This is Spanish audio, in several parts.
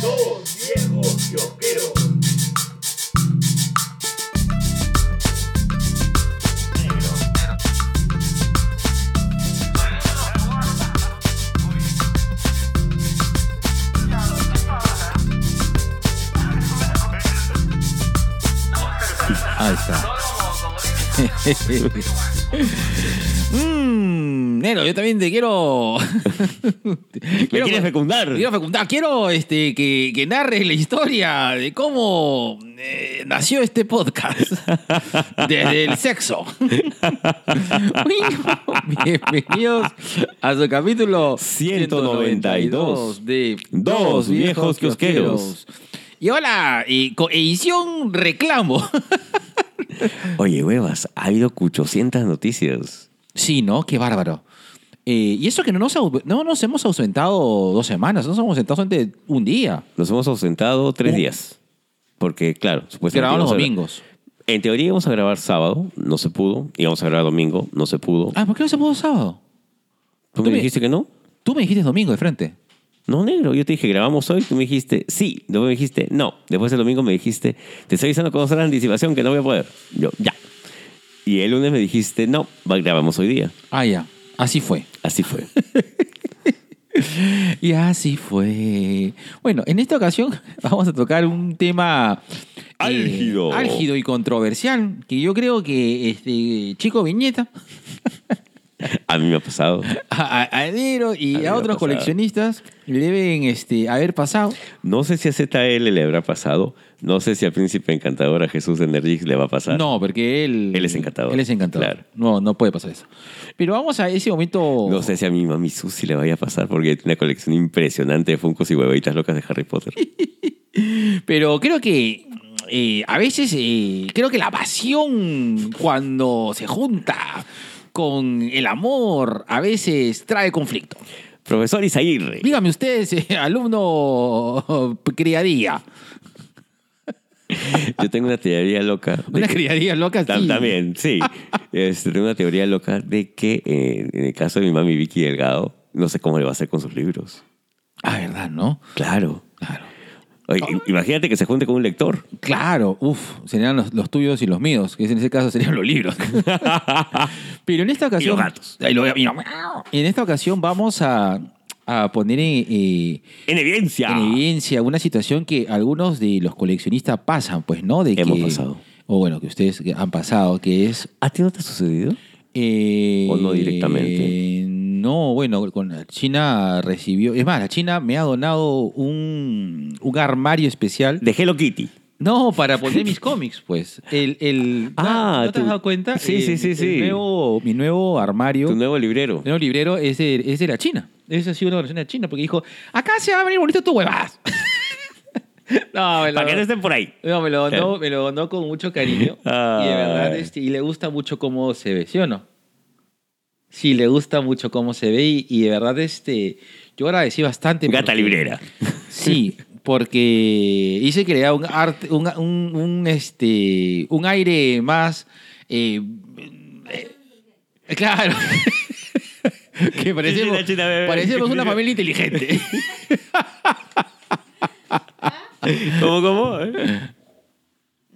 Dos viejos kiosqueros. Ahí está. Mm, Nero, yo también te quiero. ¿Me quieres fecundar? Quiero fecundar. Quiero este, que, que narres la historia de cómo eh, nació este podcast. Desde el sexo. Bienvenidos a su capítulo 192 de Dos viejos kiosqueros. Y hola, y co- edición reclamo. Oye, huevas, ha habido 800 noticias. Sí, ¿no? Qué bárbaro. Eh, y eso que no nos, au- no nos hemos ausentado dos semanas, nos hemos ausentado solamente un día. Nos hemos ausentado tres Uh. días. Porque, claro, supuestamente. Grabamos los íbamos a gra- domingos. En teoría íbamos a grabar sábado, no se pudo. Íbamos a grabar domingo, no se pudo. Ah, ¿por qué no se pudo sábado? ¿Tú tú me me- dijiste que no? Tú me dijiste domingo de frente. No, negro. Yo te dije, grabamos hoy. Tú me dijiste, sí. Después me dijiste, no. Después el domingo me dijiste, te estoy avisando con dos horas de anticipación que no voy a poder. Yo, ya. Y el lunes me dijiste, no, va- grabamos hoy día. Ah, ya. Así fue. Así fue. Y así fue. Bueno, en esta ocasión vamos a tocar un tema eh, Álgido. álgido y controversial que yo creo que este chico Viñeta A mí me ha pasado. a, a- a Nero y A mí me a ha otros pasado. coleccionistas le deben este, haber pasado. No sé si a ZL le habrá pasado. No sé si al príncipe encantador, a Jesús Energix, le va a pasar. No, porque él. Él es encantador. Él es encantador. Claro. No, no puede pasar eso. Pero vamos a ese momento. No sé si a mi mami Susi le vaya a pasar porque tiene una colección impresionante de funcos y huevitas locas de Harry Potter. Pero creo que. eh, a veces eh, creo que la pasión cuando se junta con el amor a veces trae conflicto. Profesor Isaguirre. Dígame ustedes, eh, alumno eh, criadía. Yo tengo una teoría loca. de Una que- criadía loca. Tam- sí. También, sí. Este, tengo una teoría loca de que eh, en el caso de mi mami Vicky Delgado, no sé cómo le va a hacer con sus libros. Ah, verdad, ¿no? Claro. Claro. Oye, i- Imagínate que se junte con un lector. Claro, uff, serían los, los tuyos y los míos, que en ese caso serían los libros. Pero en esta ocasión. Y los gatos. Ay, lo- y los- En esta ocasión vamos a, a poner en, eh, ¡En evidencia! en evidencia una situación que algunos de los coleccionistas pasan, pues, ¿no? De que- Hemos pasado. O bueno, que ustedes han pasado, que es. ¿A ti no te ha sucedido? eh, O no directamente. No, bueno, con la China recibió. Es más, la China me ha donado un, un armario especial. De Hello Kitty. No, para poner mis cómics, pues. El, el, Ah, ¿No te has tu- dado cuenta? Sí, sí, El- sí, el sí. nuevo- mi nuevo armario, Tu mi nuevo librero. nuevo librero es de, es de la China. Esa ha sido una versión de la China, porque dijo, acá se va a venir bonito tu huevadas. no, me lo, Para que no estén por ahí. no, me lo donó- me lo donó con mucho cariño. Ah. Y de verdad, Ay. este, y le gusta mucho cómo se ve, ¿sí o no? Sí, le gusta mucho cómo se ve y, y de verdad, este, yo agradecí bastante. Gata porque- librera. Sí, porque dice que le da un arte, un, un- un, este, un aire más. eh, eh, claro. que parecemos, China, China, bebé. parecemos una familia inteligente. ¿Cómo, cómo?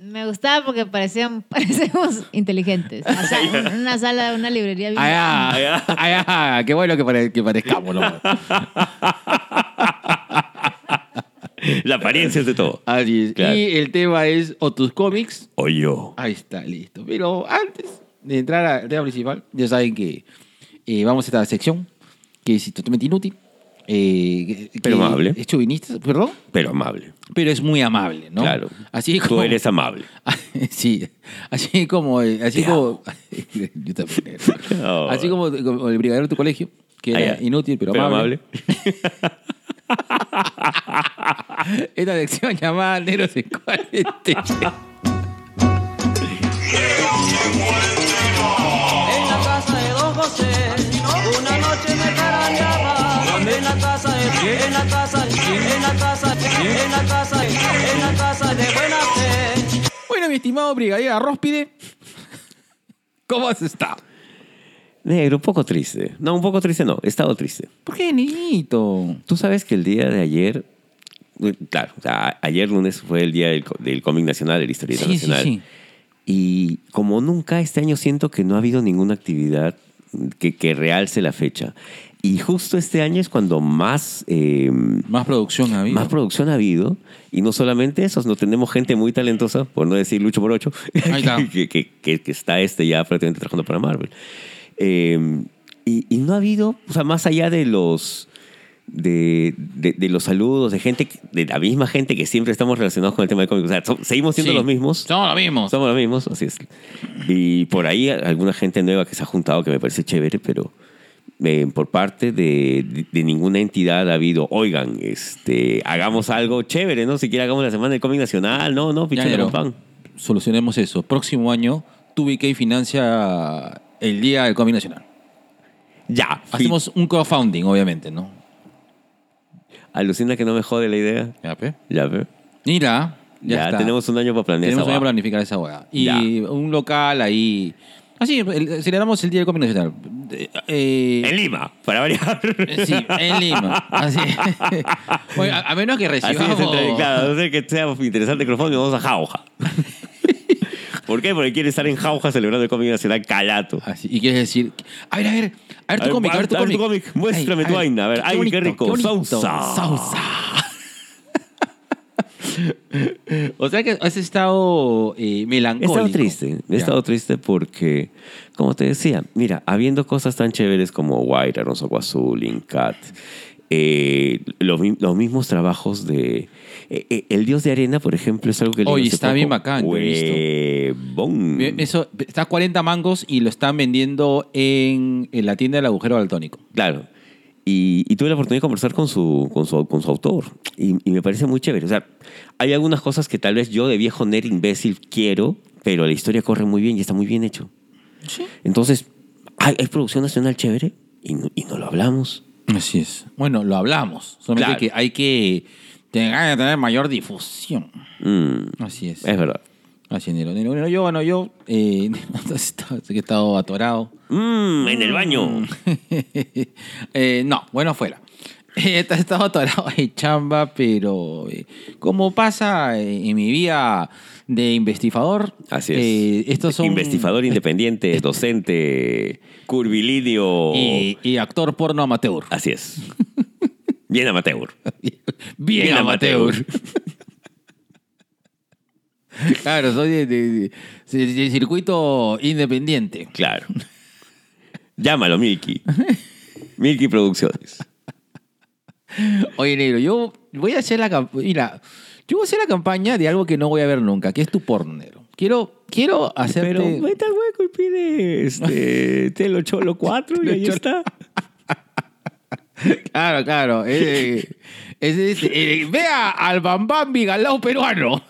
Me gustaba porque parecían, parecemos inteligentes. O sea, en una sala de una librería. bien- Allá, allá, qué bueno que, pare- que parezcamos, ¿no? La apariencia es de todo. Así es. Claro. Y el tema es o tus cómics O yo. Ahí está, listo. Pero antes de entrar al tema principal, ya saben que eh, vamos a esta sección que es totalmente inútil. eh, que- Pero que amable. Es chauvinista, perdón, Pero amable. pero es muy amable, ¿no? Claro. Así como, Tú eres amable. sí, así como, eh, así Te como, yo también. Oh. Así como, como el brigadero de tu colegio, que Ah, era ya. inútil, pero, amable. Esta sección llamada Neros en cuarentena. En la casa de Don José, una noche me tarareaba. En la casa de, en la casa, en la casa, en la casa, en la casa de buena fe. Bueno, mi estimado brigadier Arróspide, ¿cómo has estado? Negro, un poco triste. No, un poco triste no. He estado triste. ¿Por qué, niñito? Tú sabes que el día de ayer eh, claro, o sea, ayer lunes fue el día del, co- del cómic nacional, del historieta Sí, sí, nacional. sí. Y como nunca, este año siento que no ha habido ninguna actividad que, que realce la fecha. Y justo este año es cuando más... em, Más producción ha habido. más producción ha habido. Y no solamente eso, no tenemos gente muy talentosa, por no decir Lucho por ocho, Ahí está. que, que- que- que está este ya prácticamente trabajando para Marvel. Eh, y, y no ha habido, o sea, más allá de los. De, de- de los saludos, de gente, que- de la misma gente que siempre estamos relacionados con el tema de cómics. O sea, so- seguimos siendo Sí. los mismos. Somos los mismos. Somos los mismos, así es. Y por ahí alguna gente nueva que se ha juntado que me parece chévere, pero eh, por parte de, de- de ninguna entidad ha habido, oigan, este, hagamos algo chévere, ¿no? Siquiera hagamos la semana del cómic nacional, no, no, Ya, pichula pero con pan. Solucionemos eso. Próximo año, TubiK financia el Día del Cómic Nacional. Ya, fi- Hacemos un crowdfunding, obviamente, ¿no? alucina que no me jode la idea. Ya, pe. Ya, ve. Mira, ya, ya, está. tenemos un año para planear. Tenemos esa que va. planificar esa hueá. Y Ya. un local ahí. Así, celebramos el Día del Cómic Nacional. Eh, eh, En Lima, para variar. Sí, en Lima. Así. Oye, a, a menos que Así es, recibamos. entre- claro, no sé que sea interesante el crowdfunding, vamos a Jauja. ¿Por qué? Porque quiere estar en Jauja celebrando el cómic nacional calato. Así, Ah, y quieres decir, a ver, a ver, a ver A tu ver, cómic, a ver tu a ver cómic. tu cómic. Muéstrame tu vaina, a ver. Ay, qué rico. bonito. Sausa. Sausa. o sea que has estado eh, He melancólico. estado triste, he Ya. estado triste porque, como te decía, mira, habiendo cosas tan chéveres como White, Aronso Azul, Incat, eh, los, mi- los mismos trabajos de... eh, eh, el Dios de Arena, por ejemplo, es algo que... leí Oye, hace está poco. bien bacán, yo he Huevón. Bien, Eso está a 40 mangos y lo están vendiendo en, en la tienda del agujero daltónico. Claro. Y, y tuve la oportunidad de conversar con su, con su, con su autor. Y, y me parece muy chévere. O sea, hay algunas cosas que tal vez yo de viejo nerd imbécil quiero, pero la historia corre muy bien y está muy bien hecho. Entonces, hay, hay producción nacional chévere y no, y no lo hablamos. Así es. Bueno, lo hablamos. Solamente Claro. que hay que tener, tener mayor difusión. Mm, Así es. es verdad. Así enero, enero, enero. Yo, bueno, yo eh, sé que he estado atorado. Mm, en el baño. Eh, no, bueno, fuera. Eh, He estado atorado en chamba, pero eh, como pasa eh, en mi vida de investigador, Así es. eh, estos son Investigador independiente, docente, curvilíneo. y, y actor porno amateur. Así es. Bien amateur. Bien, Bien amateur. amateur. claro, soy de, de- de- de- de circuito independiente. Claro. Llámalo, Milky. Milky Producciones. Oye, negro, yo voy a hacer la campaña. Mira, yo voy a hacer la campaña de algo que no voy a ver nunca, que es tu porno, negro. Quiero, quiero hacerte. Pero vete al hueco y pide este, Telo Cholo 4 y ahí Cholo. está. Claro, claro. Es, es- es- eh, vea al Bambambi Galao peruano.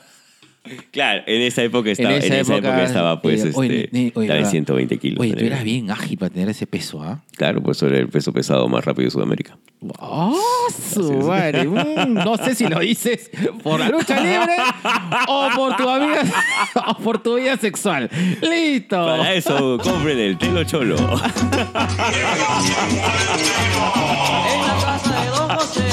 Claro, en esa época estaba, en esa época, estaba pues eh, oye, este, ne- oye, estaba en ¿verdad? 120 kilos. Oye, en tú el- eras bien ágil para tener ese peso, ¿ah? Claro, pues sobre el peso pesado más rápido de Sudamérica. Ah, ¡Oh, su madre! Mm, no sé si lo dices por la lucha libre o por tu vida, o por tu vida sexual. ¡Listo! Para eso, compren el Telo Cholo. En la casa de Don José,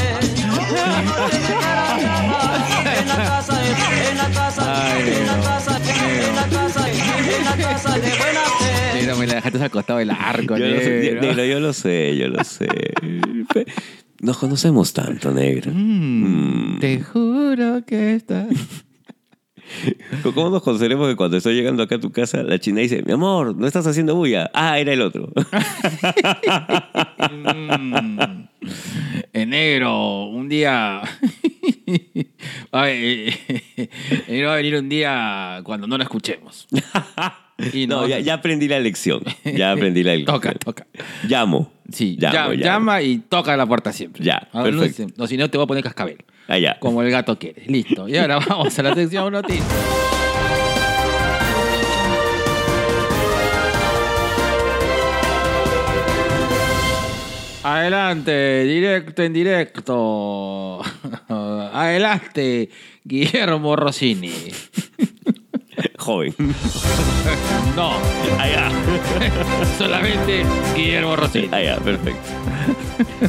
una noche de caramba. En la casa de, en la casa, Ay, en la Leo, casa, en la casa, en la casa de buena fe. Negro, me la dejaste al costado del arco, Yo lo, sé, negro. negro, yo lo sé, yo lo sé. Nos conocemos tanto, negro. Mm, Te juro que está... ¿Cómo nos conoceremos que cuando estoy llegando acá a tu casa, la china dice, mi amor, no estás haciendo bulla? Ah, era el otro. En negro, un día. A ver, negro eh, va a venir un día cuando no lo escuchemos. Y no, ya, ya aprendí la lección. Ya aprendí la lección. Toca, toca. Llamo. Sí, Llamo, ya- llamo. llama y toca la puerta siempre. Ya, A ver, no perfecto. sé, No, si no, te voy a poner cascabel. Ah, ya. Como el gato quiere. Listo. Y ahora vamos a la sección noticias. Adelante, directo en directo. Adelante, Guillermo Rossini. joven. No, Allá, solamente Guillermo Rossi. allá, perfecto.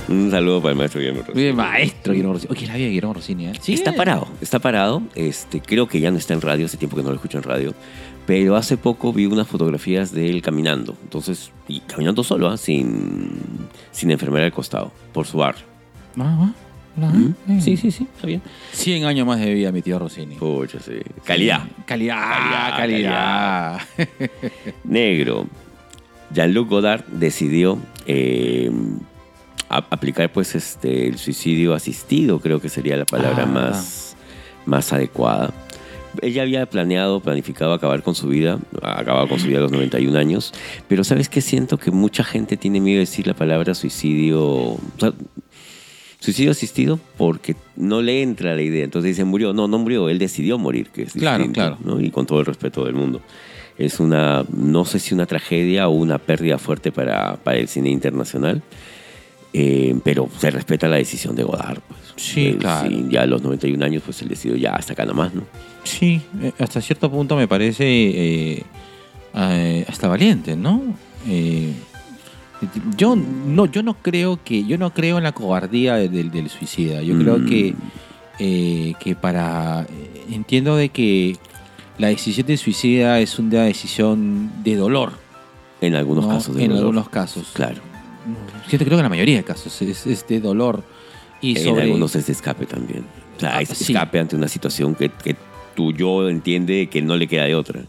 Un saludo para el maestro Guillermo Rossi. Bien, maestro Guillermo Rossini. Oye, la vida de Guillermo Rossini, ¿eh? Sí, Está parado, está parado. Este, creo que ya no está en radio, hace tiempo que no lo escucho en radio. Pero hace poco vi unas fotografías de él caminando. Entonces, y caminando solo, ¿ah? sin, sin enfermera al costado, por su barrio. Ah, ah, ah, eh. ¿Mm? Sí, sí, sí, está bien. 100 años más de vida, mi tío Rossini. Pucha, sí. Calidad. Calidad, calidad. Negro. Jean-Luc Godard decidió eh, a- aplicar pues este el suicidio asistido, creo que sería la palabra Ah. más, más adecuada. Ella había planeado, planificado acabar con su vida, acababa con su vida a los 91 años, pero ¿sabes qué? Siento que mucha gente tiene miedo de decir la palabra suicidio, o sea, suicidio asistido porque no le entra la idea. Entonces dicen, murió. No, no murió, él decidió morir, que es Claro, distinto, claro. ¿no? Y con todo el respeto del mundo. Es una, no sé si una tragedia o una pérdida fuerte para, para el cine internacional, eh, pero se respeta la decisión de Godard. Pues. Sí, Él, claro. ya a los 91 años, pues él decidió ya hasta acá nomás, ¿no? Sí, eh, hasta cierto punto me parece eh, eh, hasta valiente, ¿no? Eh, yo no, yo no creo que, yo no creo en la cobardía del, del- del suicida. Yo creo Mm. que, eh, que para eh, entiendo de que la decisión de suicida es una decisión de dolor. En algunos ¿no? casos. de en dolor. algunos casos. Claro. Yo creo que en la mayoría de casos es, es de dolor y en sobre algunos es de escape también. O sea, Ah, es sí. escape ante una situación que, que tu yo entiende que no le queda de otra.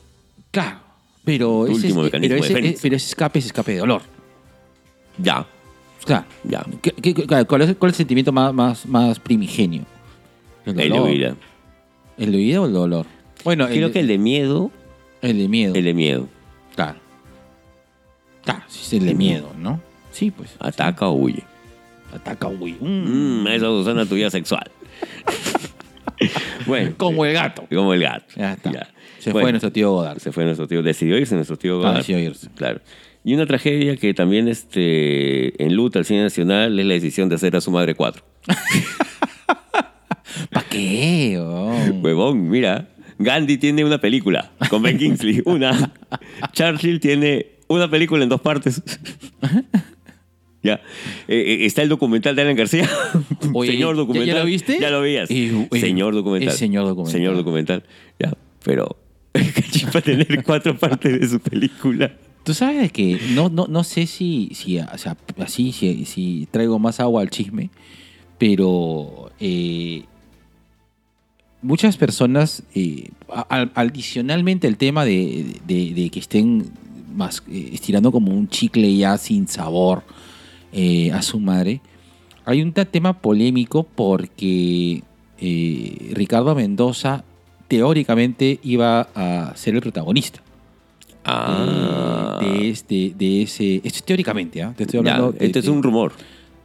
claro, pero Tu ese, último es- mecanismo pero, de ese, defensa. eh, pero ese escape es escape de dolor. Ya, Claro. ya. ¿Qué- qué- qué- cuál, es, cuál es el sentimiento más, más, más primigenio? El de dolor. huida. ¿El de huida o el dolor? Bueno, el, Creo de- que el de miedo, el de miedo. el de miedo, Claro. Claro, sí es el de miedo, ¿no? Sí, pues. ataca o huye. Ataca, huye. Mm, eso suena a tu vida sexual. bueno, Como el gato. como el gato. Ya está. Mm. Ya. Se Bueno, fue nuestro tío Godard. Se fue nuestro tío. Decidió irse nuestro tío. Ah, Godard. decidió irse. Claro. Y una tragedia que también este, en luta al cine nacional es la decisión de hacer a su madre cuatro. ¿Para qué? oh? weón? Huevón, mira. Gandhi tiene una película con Ben Kingsley, una. Churchill tiene una película en dos partes. ya. Eh, eh, está el documental de Alan García. Oye, señor ¿ya- documental. ya lo viste? Ya lo veías. Y- y- señor documental. es señor documental. Señor documental. Ya, pero. Cachipa tener cuatro partes de su película. Tú sabes de que no, no, no sé si, si o sea, así si, si traigo más agua al chisme, pero eh, muchas personas, eh, a- a- adicionalmente el tema de, de- de que estén más, eh, estirando como un chicle ya sin sabor eh, a su madre, hay un ta- tema polémico porque eh, Ricardo Mendoza teóricamente iba a ser el protagonista Ah. eh, de este de ese esto es teóricamente ¿ah? te estoy hablando Ya, de- esto es de- un rumor.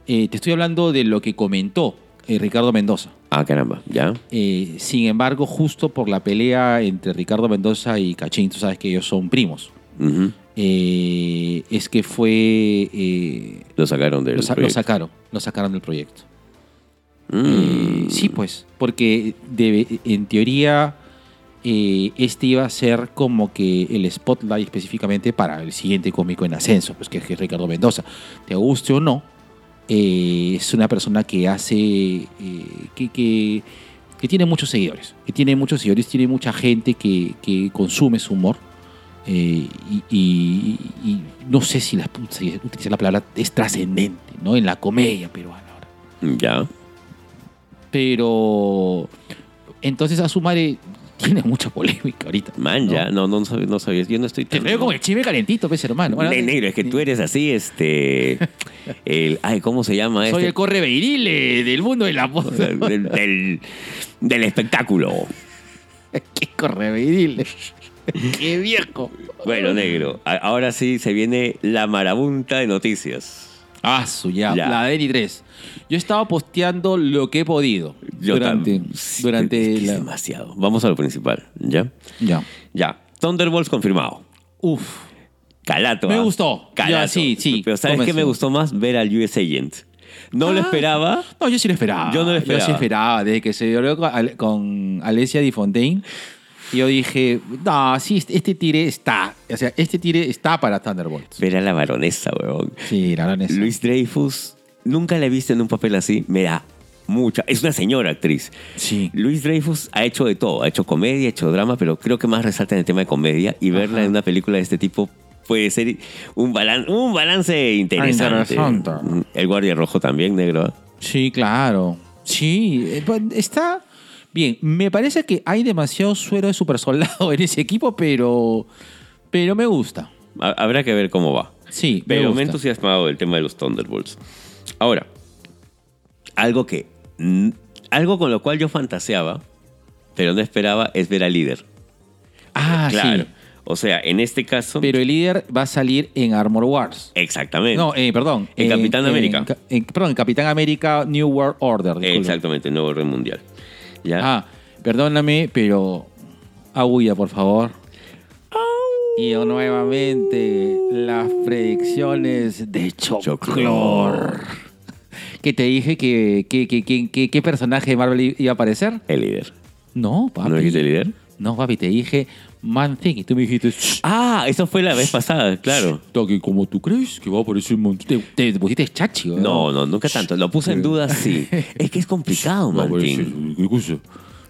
eh, te estoy hablando de lo que comentó eh, Ricardo Mendoza Ah, caramba. Ya. Eh, sin embargo justo por la pelea entre Ricardo Mendoza y Cachín tú sabes que ellos son primos Ujú. eh, es que fue eh, Lo sacaron del. lo, sa- lo proyecto. sacaron lo sacaron del proyecto Mm. Eh, sí, pues, porque debe- en teoría eh, este iba a ser como que el spotlight específicamente para el siguiente cómico en ascenso, pues que es Ricardo Mendoza. Te guste o no, eh, es una persona que hace, eh, que, que- que tiene muchos seguidores, que tiene muchos seguidores, tiene mucha gente que, que consume su humor. eh, y, y- y no sé si la, si utilizar la palabra es trascendente, ¿no? En la comedia peruana ahora. Ya. Pero entonces a su madre tiene mucha polémica ahorita. Man, ¿no? ya, no, no, sabías, no sabías. Yo no estoy Te veo como el chisme calentito, pues, hermano. Bueno, Ne- negro, es que tú eres así, este. El, ay, ¿cómo se llama Soy este? el correveirile del mundo de la voz. del, del- del espectáculo. ¡Qué correveirile! ¡Qué viejo! Bueno, negro, a- ahora sí se viene la marabunta de noticias. Ah, su ya, Ya. la Deli 3. Yo estaba posteando lo que he podido Yo durante, tam- sí, durante es que es la- demasiado. Vamos a lo principal, ¿ya? Ya. Ya. Thunderbolts confirmado. Uf. Calato. Me ¿ah? gustó. Calato. Ya, sí, sí, Pero ¿sabes qué convenció. me gustó más? Ver al US Agent. No lo Ah. esperaba. No, yo sí lo esperaba. Yo no lo Yo sí esperaba. esperaba. Desde que se dio con, Ale- con Alessia Di Fontaine, Y yo dije, no, sí, este, este tire está. O sea, este tire está para Thunderbolts. Ver a la baronesa, weón. Sí, la verdad es. Luis Dreyfus, nunca la he visto en un papel así. Me da mucha. Es una señora actriz. Sí. Luis Dreyfus ha hecho de todo. Ha hecho comedia, ha hecho drama, pero creo que más resalta en el tema de comedia. Y verla en una película de este tipo puede ser un, balan- un balance interesante. Mm, interesante. El Guardia Rojo también, negro. ¿eh? Sí, claro. Sí, eh, pa- está bien. Me parece que hay demasiado suero de super soldado en ese equipo, pero, pero me gusta. Ha- Habrá que ver cómo va. Sí, me Pero me he gusta. entusiasmado del tema de los Thunderbolts. Ahora, algo que. mm, Algo con lo cual yo fantaseaba, pero no esperaba, es ver al líder. Ah, claro. sí. O sea, en este caso. Pero el líder va a salir en Armor Wars. exactamente. No, eh, perdón. En Capitán América. Ca- en- perdón, en Capitán América New World Order. disculpa. exactamente, el nuevo orden mundial. Ya. Ah, perdóname, pero agulla, por favor. Y nuevamente las predicciones de Choclor. Que te dije que qué que, que- que- qué personaje de Marvel iba a aparecer. El líder. No, papi. ¿No dijiste el líder? No, papi, te dije Man Thing. Y tú me dijiste, "Shh, Ah, eso fue la vez pasada, claro. que como tú crees que va a aparecer Man Thing". Te, te pusiste chachi, ¿verdad? No, no, nunca tanto. Lo puse en duda, sí. Es que es complicado, Va a aparecer, Martín. ¿Qué cosa?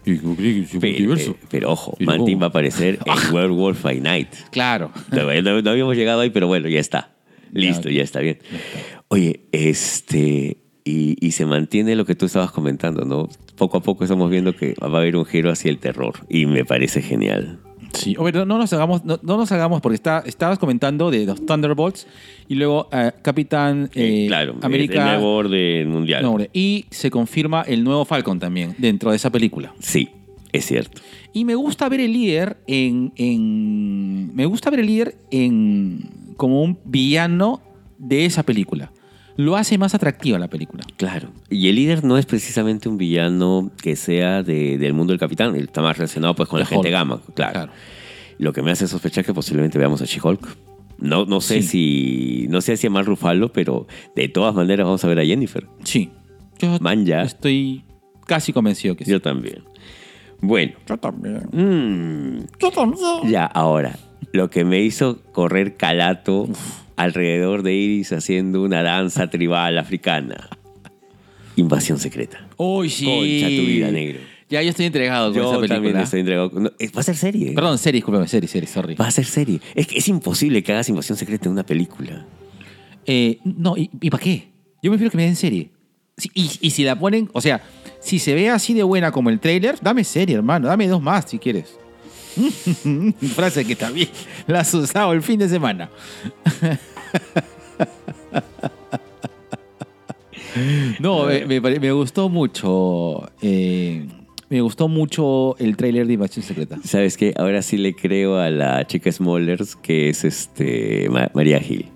¿Y cómo cree que es pues, un Pero, multiverso? pero ojo, ¿Y Martín cómo? va a aparecer en Werewolf by Night. Claro. No, no- no habíamos llegado ahí, pero bueno, ya está. Listo, ya está bien. Oye, este. Y, y se mantiene lo que tú estabas comentando, ¿no? Poco a poco estamos viendo que va a haber un giro hacia el terror. Y me parece genial. Sí, o pero no nos hagamos, no, no nos hagamos porque está, estabas comentando de los Thunderbolts y luego eh, Capitán eh, Eh, claro, el América. nuevo orden mundial. No, hombre, y se confirma el nuevo Falcon también dentro de esa película. Sí, es cierto. Y me gusta ver el líder en, en- me gusta ver el líder en como un villano de esa película. Lo hace más atractiva la película. Claro. Y el líder no es precisamente un villano que sea de- del mundo del capitán. Él está más relacionado pues con la De gente Hulk. gama. Claro. Lo que me hace sospechar que posiblemente veamos a She-Hulk. No, no sé Sí. si. No sé si a Mark Ruffalo, pero de todas maneras vamos a ver a Jennifer. Sí. Yo Man, ya. estoy casi convencido que sí. Yo también. Bueno. Yo también. Ya, ahora. Lo que me hizo correr calato alrededor de Iris haciendo una danza tribal africana. Invasión secreta. Uy, sí. Concha tu vida, negro. Ya yo estoy entregado con Yo esa película. también estoy entregado. No, eh, va a ser serie. Perdón, serie, discúlpame, serie, serie, sorry. Va a ser serie. Es que es imposible que hagas invasión secreta en una película. Eh, no, ¿y, para qué? Yo prefiero que me den serie. Sí, y, y si la ponen, o sea, si se ve así de buena como el trailer, dame serie, hermano, dame dos más si quieres. Frase que también la has usado el fin de semana. No, eh, me, pare- me gustó mucho. eh, me gustó mucho el trailer de Invasión Secreta. ¿Sabes qué? Ahora sí le creo a la chica Smollers, que es este Ma- María Gil.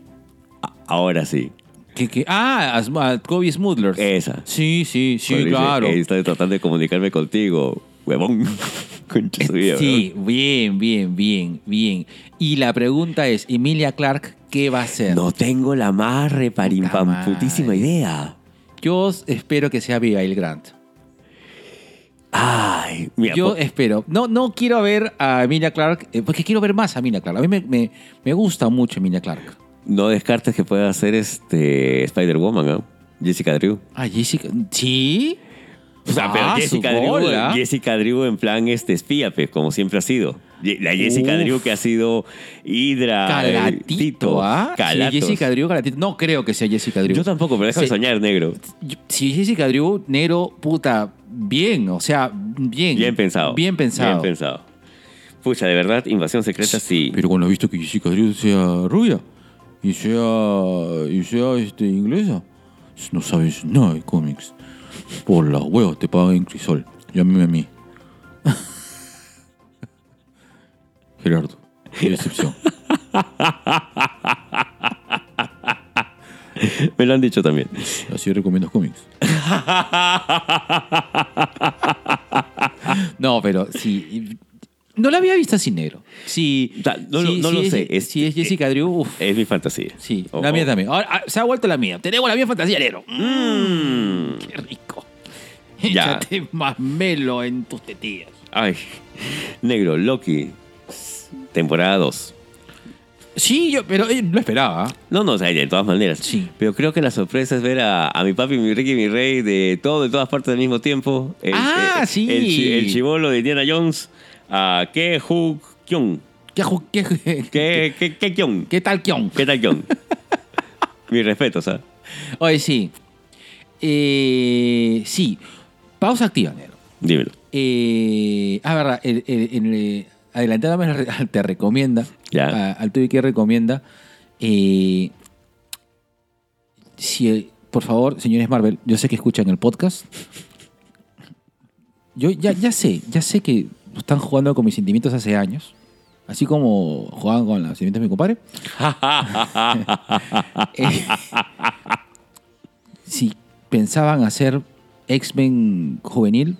A- Ahora sí. ¿Qué- qué? Ah, a Sm- a Kobe Smudlers. Esa. Sí, sí, sí, Cuando dice, claro. "Eh, Estoy tratando de comunicarme contigo, huevón. Concha su vida, Sí, bien, bien, bien, bien. Y la pregunta es, Emilia Clark, ¿qué va a hacer? huevón. No tengo la más reparimpam putísima madre. idea. Yo espero que sea Abigail Grant. Ay, mira, pues. Yo po- espero. No, no quiero ver a Emilia Clark, eh, porque quiero ver más a Emilia Clark. A mí me, me- me gusta mucho Emilia Clark. no descartes que pueda ser este Spider-Woman, ¿ah? Jessica Drew. Ah, Jessica. ¿Sí? O sea, Ah, pero su Jessica Drew, eh, bola. Jessica Drew en plan este espía, pues, como siempre ha sido. Ye- La Jessica Uf. Drew que ha sido Hydra. eh, Calatito, Tito, ¿ah? Sí, Calatos. Jessica Drew, Calatito. No creo que sea Jessica Drew. Yo tampoco, pero déjame Sí. soñar, negro. Yo- Si Jessica Drew, Nero, puta, bien, o sea, bien. Bien pensado. Bien pensado. Bien pensado. Pucha, de verdad, Invasión Secreta sí. Pero cuando has visto que Jessica Drew sea rubia y sea, y sea este, inglesa, no sabes nada de cómics. Por las huevas te pagan en crisol. Llámame a mí. Gerardo, qué decepción. Me lo han dicho también. Así recomiendas cómics. no, pero sí. No la había visto así negro. Sí, O sea, no lo- sí, no sí lo es- sé. Es- si es eh, Jessica Drew, uff. Es mi fantasía. Sí, O- la mía o- también. Ahora ah, se ha vuelto la mía. Tenemos la mía fantasía, Nero. Mm, Mm. qué rico. Ya. Échate mamelo en tus tetillas. Ay, negro, Loki, temporada 2. Sí, yo, pero eh, lo esperaba. No, no, o sea, de todas maneras. Sí. Pero creo que la sorpresa es ver a, a mi papi, mi Ricky, mi rey, de todo, de todas partes al mismo tiempo. El- Ah, el- sí. El, chi- el chivolo de Indiana Jones, a Ke Hu Kyung. ¿Qué, ju- qué, Ke, Ke, Ke Kyung. qué tal, Kion? ¿Qué tal, Kyung? mi respeto, o sea. Oye, sí. Eh, sí. Pausa activa, negro. Dímelo. Eh, ah, verdad. El, el- el, eh, adelantándome al re- al te recomienda. Ya. a- al tuyo que recomienda. eh, si, el- por favor, señores Marvel, yo sé que escuchan el podcast. Yo ya, ya sé, ya sé que están jugando con mis sentimientos hace años. Así como jugaban con los sentimientos de mi compadre. Eh, si pensaban hacer X-Men juvenil,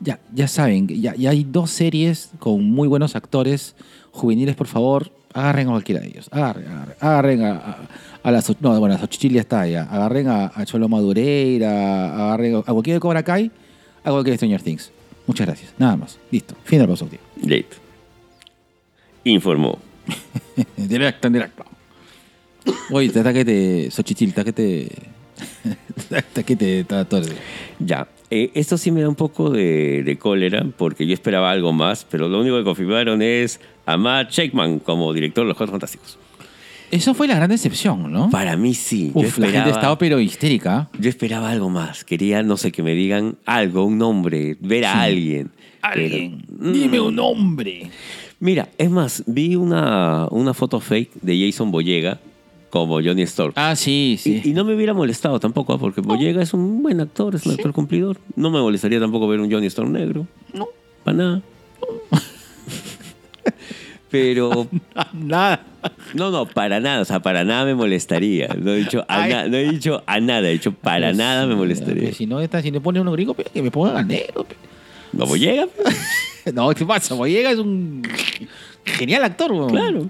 ya, ya saben, ya, ya hay dos series con muy buenos actores juveniles, por favor, agarren a cualquiera de ellos. Agarren, agarren, agarren a, a, a las... No, bueno, las Ochichilia está ya. Agarren a, a Cholo Madureira, agarren a, a cualquiera de Cobra Kai, a cualquiera de Stranger Things. Muchas gracias. Nada más. Listo. Fin del paso, tío. Late. Informó. Directo, en directo. Oye, te está que te... Xochitil, está que te... Está que te... Está todo el- Ya. Eh, esto sí me da un poco de, de cólera porque yo esperaba algo más, pero lo único que confirmaron es a Matt Shakman como director de los Cuatro Fantásticos. Eso fue la gran decepción, ¿no? Para mí sí. yo, Uf, la esperaba, gente estaba pero histérica. yo esperaba algo más. Quería, no sé, que me digan algo, un nombre, ver a Sí. alguien. Alguien, Pero, mm, dime un nombre. Mira, es más, vi una, una foto fake de Jason Boyega como Johnny Storm. Ah, sí, sí. Y, y no me hubiera molestado tampoco, ¿ah? porque Boyega es un buen actor, es un actor cumplidor. No me molestaría tampoco ver un Johnny Storm negro. No. Para nada. Pero, Nada. no, no, para nada. O sea, para nada me molestaría. No he dicho a, Ay. na- no he dicho a nada, he dicho para nada me molestaría. Pues Si no está, si le ponen uno gringo, pe, que me pongan a negro. pe. No, Boyega, pues, No, ¿qué pasa? Boyega es un genial actor, weón. Claro.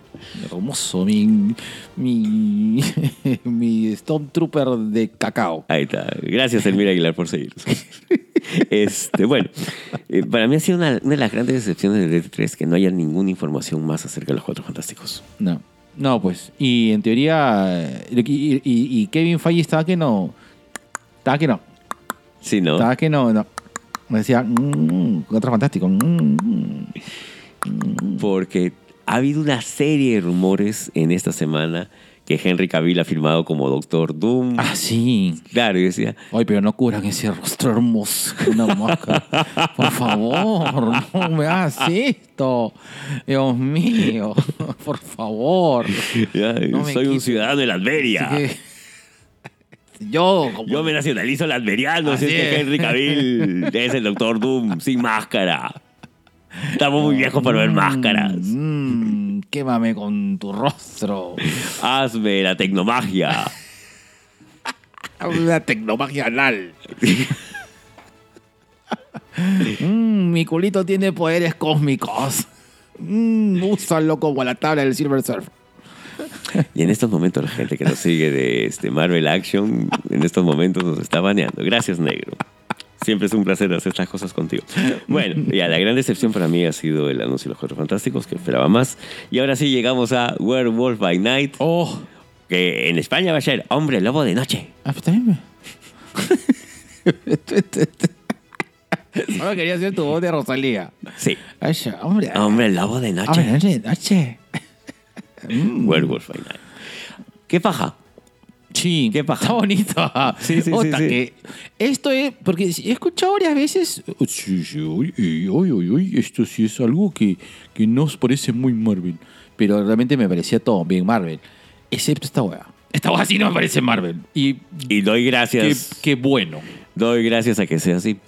Hermoso, mi. Mi. mi Stormtrooper de cacao. Ahí está. Gracias, Elmira Aguilar, por seguirnos. Este, bueno, eh, para mí ha sido una, una de las grandes decepciones de D3 que no haya ninguna información más acerca de los Cuatro Fantásticos. No. No, pues. Y en teoría. eh, Y, y- y Kevin Feige estaba que no. Estaba que no. Sí, ¿no? Estaba que no, no. Me decía, mmm, otro fantástico. mm. Porque ha habido una serie de rumores en esta semana que Henry Cavill ha firmado como Doctor Doom. Ah, sí. Claro, yo decía, Ay, pero no curan ese rostro hermoso con una máscara. Por favor, no me hagas esto. Dios mío, por favor. ya, No me soy un quito. ciudadano de Latveria. Así que- Yo, como- Yo me nacionalizo latberiano, si es Así que es. Henry Cavill es el Doctor Doom sin máscara. Estamos muy viejos para ver máscaras. Mm, quémame con tu rostro. Hazme la tecnomagia. Una tecnomagia anal. Mm, mi culito tiene poderes cósmicos. Mm, úsalo como la tabla del Silver Surf. Y en estos momentos la gente que nos sigue de este Marvel Action, en estos momentos nos está baneando. Gracias, negro. Siempre es un placer hacer estas cosas contigo. Bueno, ya la gran decepción para mí ha sido el anuncio de los Cuatro Fantásticos, que esperaba más. Y ahora sí llegamos a Werewolf by Night, Oh, que en España va a ser Hombre Lobo de Noche. ah, pues también me- Solo quería hacer tu voz de Rosalía. Sí, Ay, ya, hombre. Hombre Lobo de Noche. Hombre, noche, noche. Werewolf by Night. ¿Qué paja? Sí, Qué paja. Está bonito. Sí, sí, Ota, sí, sí. que esto es, porque he escuchado varias veces. "Oh, Sí, sí, uy, uy, uy, uy, uy, esto sí es algo que, que nos parece muy Marvel. Pero realmente me parecía todo bien Marvel. Excepto esta hueá. Esta hueá sí no me parece Marvel. Y Y doy qué, gracias. qué bueno. Doy gracias a que sea así.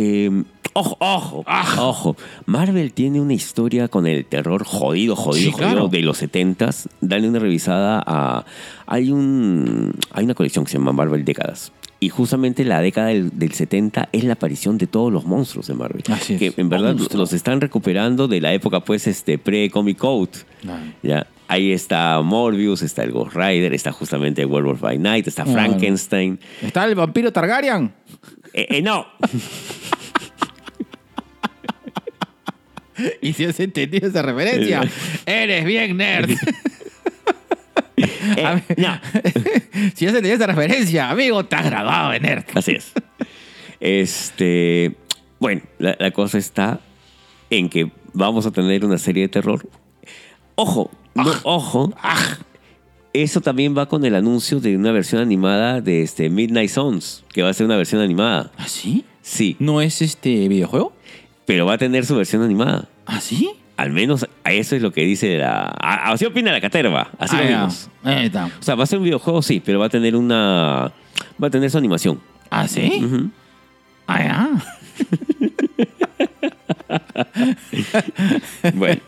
Eh, ojo, ojo, Ah. ojo. Marvel tiene una historia con el terror jodido, jodido, Sí, jodido claro. de los 70s. Dale una revisada a. Hay, un, hay una colección que se llama Marvel Décadas. Y justamente la década del, del 70 es la aparición de todos los monstruos de Marvel. Así es. que en verdad Monstruo. los están recuperando de la época, pues, este, pre-Comic Code. Ay. ¿ya? Ahí está Morbius, está el Ghost Rider, está justamente Werewolf by Night, está Bueno. Frankenstein. ¿Está el vampiro Targaryen? Eh, eh, no, Y si has entendido esa referencia, eres bien nerd. eh, A ver. no. si has entendido esa referencia, amigo, te has grabado de nerd. Así es. Este, bueno, la, la cosa está en que vamos a tener una serie de terror. Ojo, no, Ah. ojo. Eso también va con el anuncio de una versión animada de este Midnight Sons, que va a ser una versión animada. ¿Ah, sí? Sí, ¿No es este videojuego? pero va a tener su versión animada. ¿Ah, sí? Al menos a eso es lo que dice la... a- Así opina la caterva. Así Ah, lo ya. vimos. Ahí está. O sea, va a ser un videojuego, sí, pero va a tener una... Va a tener su animación. ¿Ah, sí? Ujú. Ah, ya. Bueno,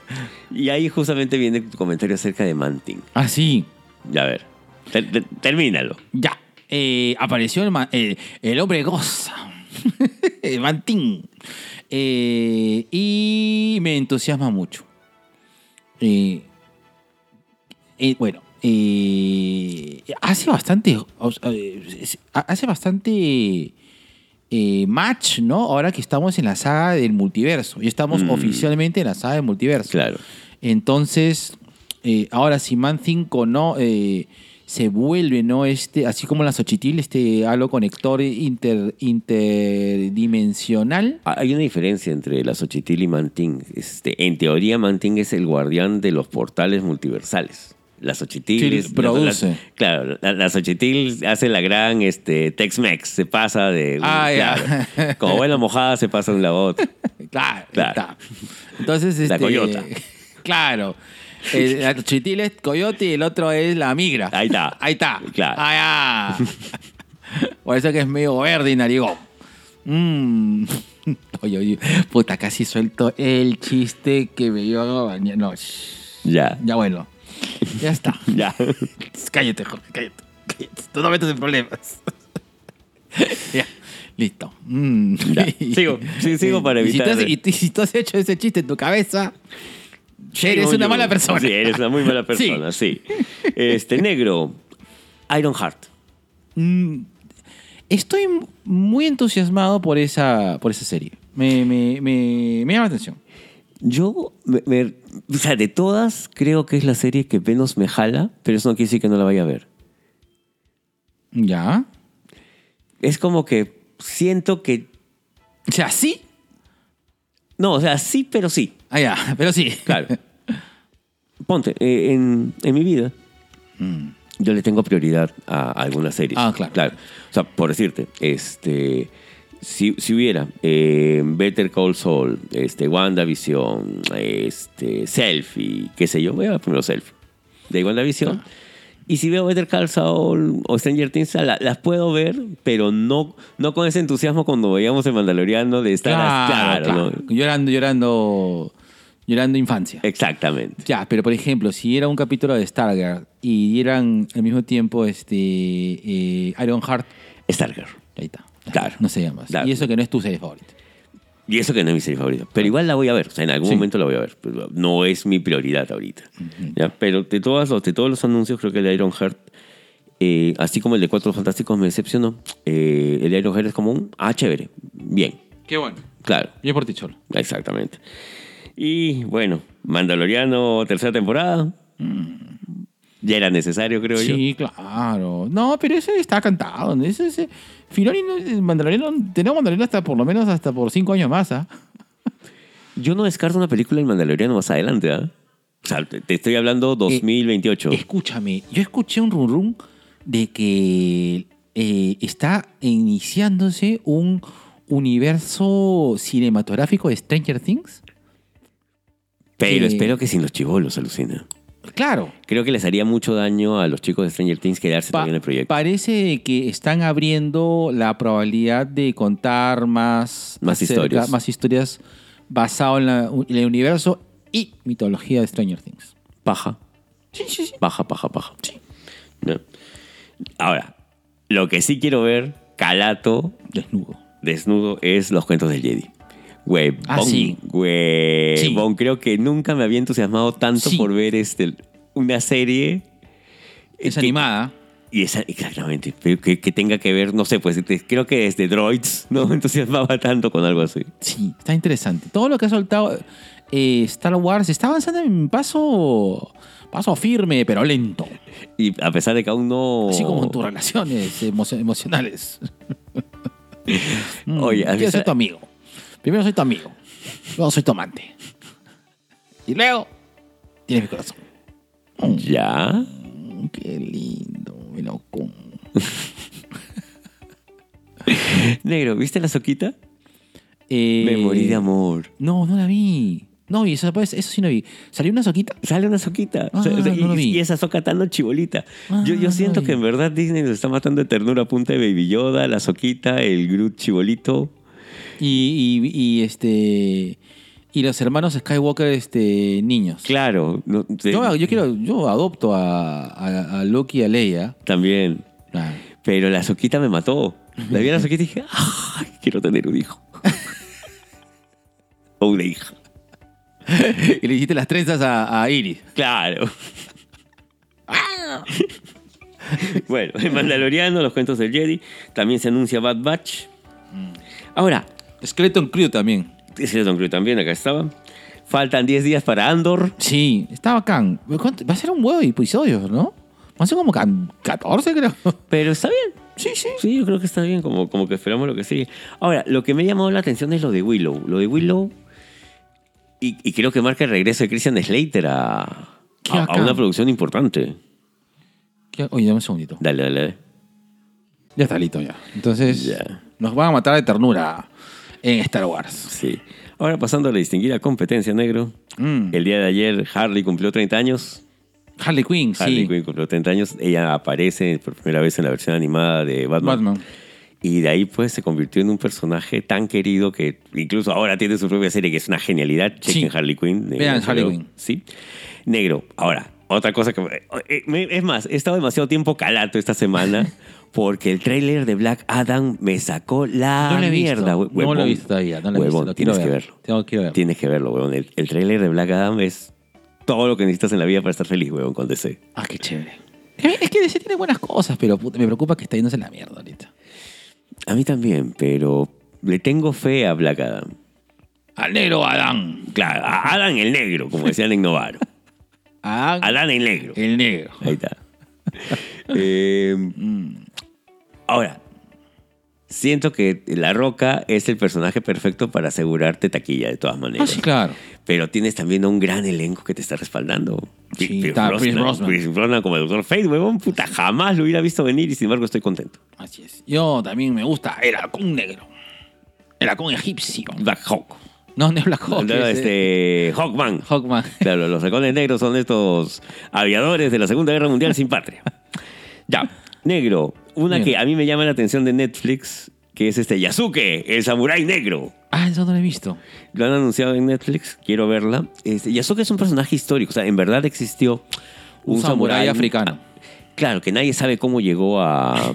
y ahí justamente viene tu comentario acerca de Manting. Ah, sí. A ver, ter- ter- termínalo. Ya. Eh, apareció el, ma- el, el hombre goza. el mantín. Eh, y me entusiasma mucho. Eh, eh, bueno. eh, hace bastante. o sea, eh, es- hace bastante. eh, match, ¿no? Ahora que estamos en la saga del multiverso. Y estamos Mm. oficialmente en la saga del multiverso. Claro. Entonces, eh, ahora si Man 5 no eh, se vuelve, ¿no? Este, así como la Xochitl, este halo conector inter, interdimensional. Ah, Hay una diferencia entre la Xochitl y Manting. Este, en teoría, Manting es el guardián de los portales multiversales. La Xochitl Sí, es- produce. la- la- claro, la, la Xochitl hace la gran este, Tex-Mex. Se pasa de. Ah, ya. claro. Como buena mojada, se pasa de un lado a otro. Claro, Claro. está. Entonces, La este, coyota. Claro. Eh, la Xochitl es coyote y el otro es la migra. Ahí está. Ahí está. Claro. Ah, ya. Por eso que es medio verde y narigón. Mm. Oye, oye, puta, casi suelto el chiste que me iba a bañar. No, shh. Ya. Ya bueno. Ya está. Ya. cállate, Jorge, cállate. cállate. Tú no metes en problemas. ya. Listo. Mm. Ya, sigo. Sí, sigo para Y si evitar- tú has- Y, y si tú has hecho ese chiste en tu cabeza, eres Soy una yo. mala persona. Sí, eres una muy mala persona, sí. Este, negro. Ironheart. Mm, Estoy muy entusiasmado por esa, por esa serie. Me, me, me, me llama la atención. Yo, me- me- o sea, de todas, creo que es la serie que menos me jala, pero eso no quiere decir que no la vaya a ver. Ya. Es como que siento que. O sea, sí. No, o sea, sí, pero sí. Ah, ya. Pero sí. Claro. Ponte, eh, en, en mi vida, yo le tengo prioridad a algunas series. Mm. Ah, claro. O sea, por decirte, este, si, si hubiera eh, Better Call Saul, este, WandaVision, este, Selfie, qué sé yo, voy a ver primero Selfie de WandaVision. Y si veo Better Call Saul o Stranger Things, la- las puedo ver, pero no, no con ese entusiasmo cuando veíamos el Mandaloriano de estar Claro, claro, claro. ¿no? Llorando, llorando, llorando infancia. Exactamente. Ya, pero por ejemplo, si era un capítulo de Stargirl y eran al mismo tiempo este eh, Ironheart, Stargirl. ahí está. Claro. No se llama. Claro. Y eso que no es tu serie favorita. Y eso que no es mi serie favorita. Pero igual la voy a ver. O sea, en algún Ah. Sí. momento la voy a ver. Pero No es mi prioridad ahorita. ¿Ya? Pero de, todas los, de todos los anuncios, creo que el de Iron Heart, eh, así como el de Cuatro Fantásticos, me decepcionó. Eh, el de Iron Heart es como un. Ah, chévere. Bien. Qué bueno. Claro. Yo por ti, Cholo. Exactamente. Y bueno, Mandaloriano, tercera temporada. Ya era necesario, creo yo. Mm. Sí, claro. No, pero ese está cantado. Ese, ese- Filoni, no- el Mandaloriano, tenemos Mandaloriano hasta por lo menos hasta por cinco años más, ¿ah? Yo no descarto una película del Mandaloriano más adelante, ¿ah? O sea, te, te estoy Eh, hablando 2028. Escúchame, yo escuché un rum rum de que eh, está iniciándose un universo cinematográfico de Stranger Things. Pero que- espero que sin los chivolos, alucina. Claro. Creo que les haría mucho daño a los chicos de Stranger Things quedarse Pa- todavía en el Este proyecto. Parece que están abriendo la probabilidad de contar más, Más historias. más historias basado en, la- en el universo y mitología de Stranger Things. Paja, Sí, sí, sí. paja, paja, paja. ¿No? Ahora, lo que sí quiero ver, calato, Desnudo. desnudo, es los cuentos del Jedi. Huevón, Ah, sí. huevón. Creo que nunca me había entusiasmado tanto Sí. por ver este una serie Es Eh, que- animada. Y esa, exactamente, pero que, que tenga que ver, no sé, pues te- creo que desde Droids no me entusiasmaba tanto con algo así. Sí, está interesante. Todo lo que ha soltado eh, Star Wars está avanzando en paso, paso firme, pero lento. Y a pesar de que aún no... Así como Oh. en tus relaciones emo- emocionales. Mm, Oye, ¿has yo visto- soy tu amigo. Primero soy tu amigo. Luego soy tu amante. Y luego tienes mi corazón. Ya. Mm, Qué lindo, mi loco. Negro, ¿viste la soquita? Eh, Me morí de amor. No, no la vi. No, y eso, pues, eso sí no vi. ¿Salió una soquita? Sale una soquita. Ah, O sea, o sea, y, no lo vi. y esa soca tan chibolita. yo, Ah, no yo siento lo que vi. en verdad Disney nos está matando de ternura a punta de Baby Yoda, la soquita, el Groot chibolito. Y, y, y, este. Y los hermanos Skywalker, este. niños. Claro. no, de- Yo, yo quiero. Yo adopto a, a, a Loki y a Leia. También. Claro. Pero la soquita me mató. La vi a la soquita y dije, ¡ay! Quiero tener un hijo. o una hija. Y le hiciste las trenzas a, a Iris. Claro. bueno, el Mandaloriano, los cuentos del Jedi. También se anuncia Bad Batch. Mm. Ahora, Skeleton Crew también. Skeleton Crew también, acá estaba. Faltan 10 días para Andor. Sí, está bacán. ¿Cuánto- Va a ser un huevo de episodios, ¿no? Va a ser como can- 14, creo. Pero está bien. Sí, sí. Sí, yo creo que está bien, como, como que esperamos lo que sigue. Ahora, lo que me ha llamado la atención es lo de Willow. Lo de Willow. Y, y creo que marca el regreso de Christian Slater a, Qué a, a bacán. una producción importante. ¿Qué- Oye, dame un segundito. Dale, dale, dale. Ya está listo, ya. Entonces, Ya. nos van a matar de ternura en Star Wars. Sí. Ahora pasando a la distinguida competencia, negro. Mm. El día de ayer Harley cumplió 30 años. Harley Quinn, Harley sí. Quinn cumplió 30 años. Ella aparece por primera vez en la versión animada de Batman. Batman. Y de ahí pues se convirtió en un personaje tan querido que incluso ahora tiene su propia serie que es una genialidad. Chequen Sí. Harley Quinn. Negro, Vean pero- Harley Quinn. Sí. Negro. Ahora, otra cosa que... eh, me- Es más, he estado demasiado tiempo calato esta semana porque el tráiler de Black Adam me sacó la No lo he visto. mierda. hue- No lo he huevón. visto todavía. No lo he Huevón, visto. Lo quiero tienes que ver. verlo. Tengo que ir a verlo. Tienes que verlo, weón. El, el tráiler de Black Adam es todo lo que necesitas en la vida para estar feliz, weón, con DC. Ah, qué chévere. Es que DC tiene buenas cosas, pero puta, me preocupa que está yéndose en la mierda ahorita. A mí también, pero le tengo fe a Black Adam. Al negro Adán. Claro, a Adam el negro, como decían en Novaro. Adán, Adam el negro. el negro. Ahí está. Eh, ahora, siento que La Roca es el personaje perfecto para asegurarte taquilla de todas Ah, maneras. sí, claro. Pero tienes también a un gran elenco que te está respaldando. Sí, Pierce está Pierce Brosnan. Pierce Brosnan como el Dr. Fate, huevón, puta, jamás lo hubiera visto venir y sin embargo estoy contento. Así es. Yo también me gusta el halcón negro. El halcón egipcio. Black Hawk. No, no es Black Hawk. No, es, eh, este, Hawkman. Hawkman. Claro, los halcones negros son estos aviadores de la Segunda Guerra Mundial sin patria. Ya, negro. Una Negro. que a mí me llama la atención de Netflix, que es este Yasuke, el samurái negro. Ah, eso no lo he visto. Lo han anunciado en Netflix, quiero verla. Este, Yasuke es un personaje histórico, o sea, en verdad existió Un, un, samurái samurái africano. Claro, que nadie sabe cómo llegó a,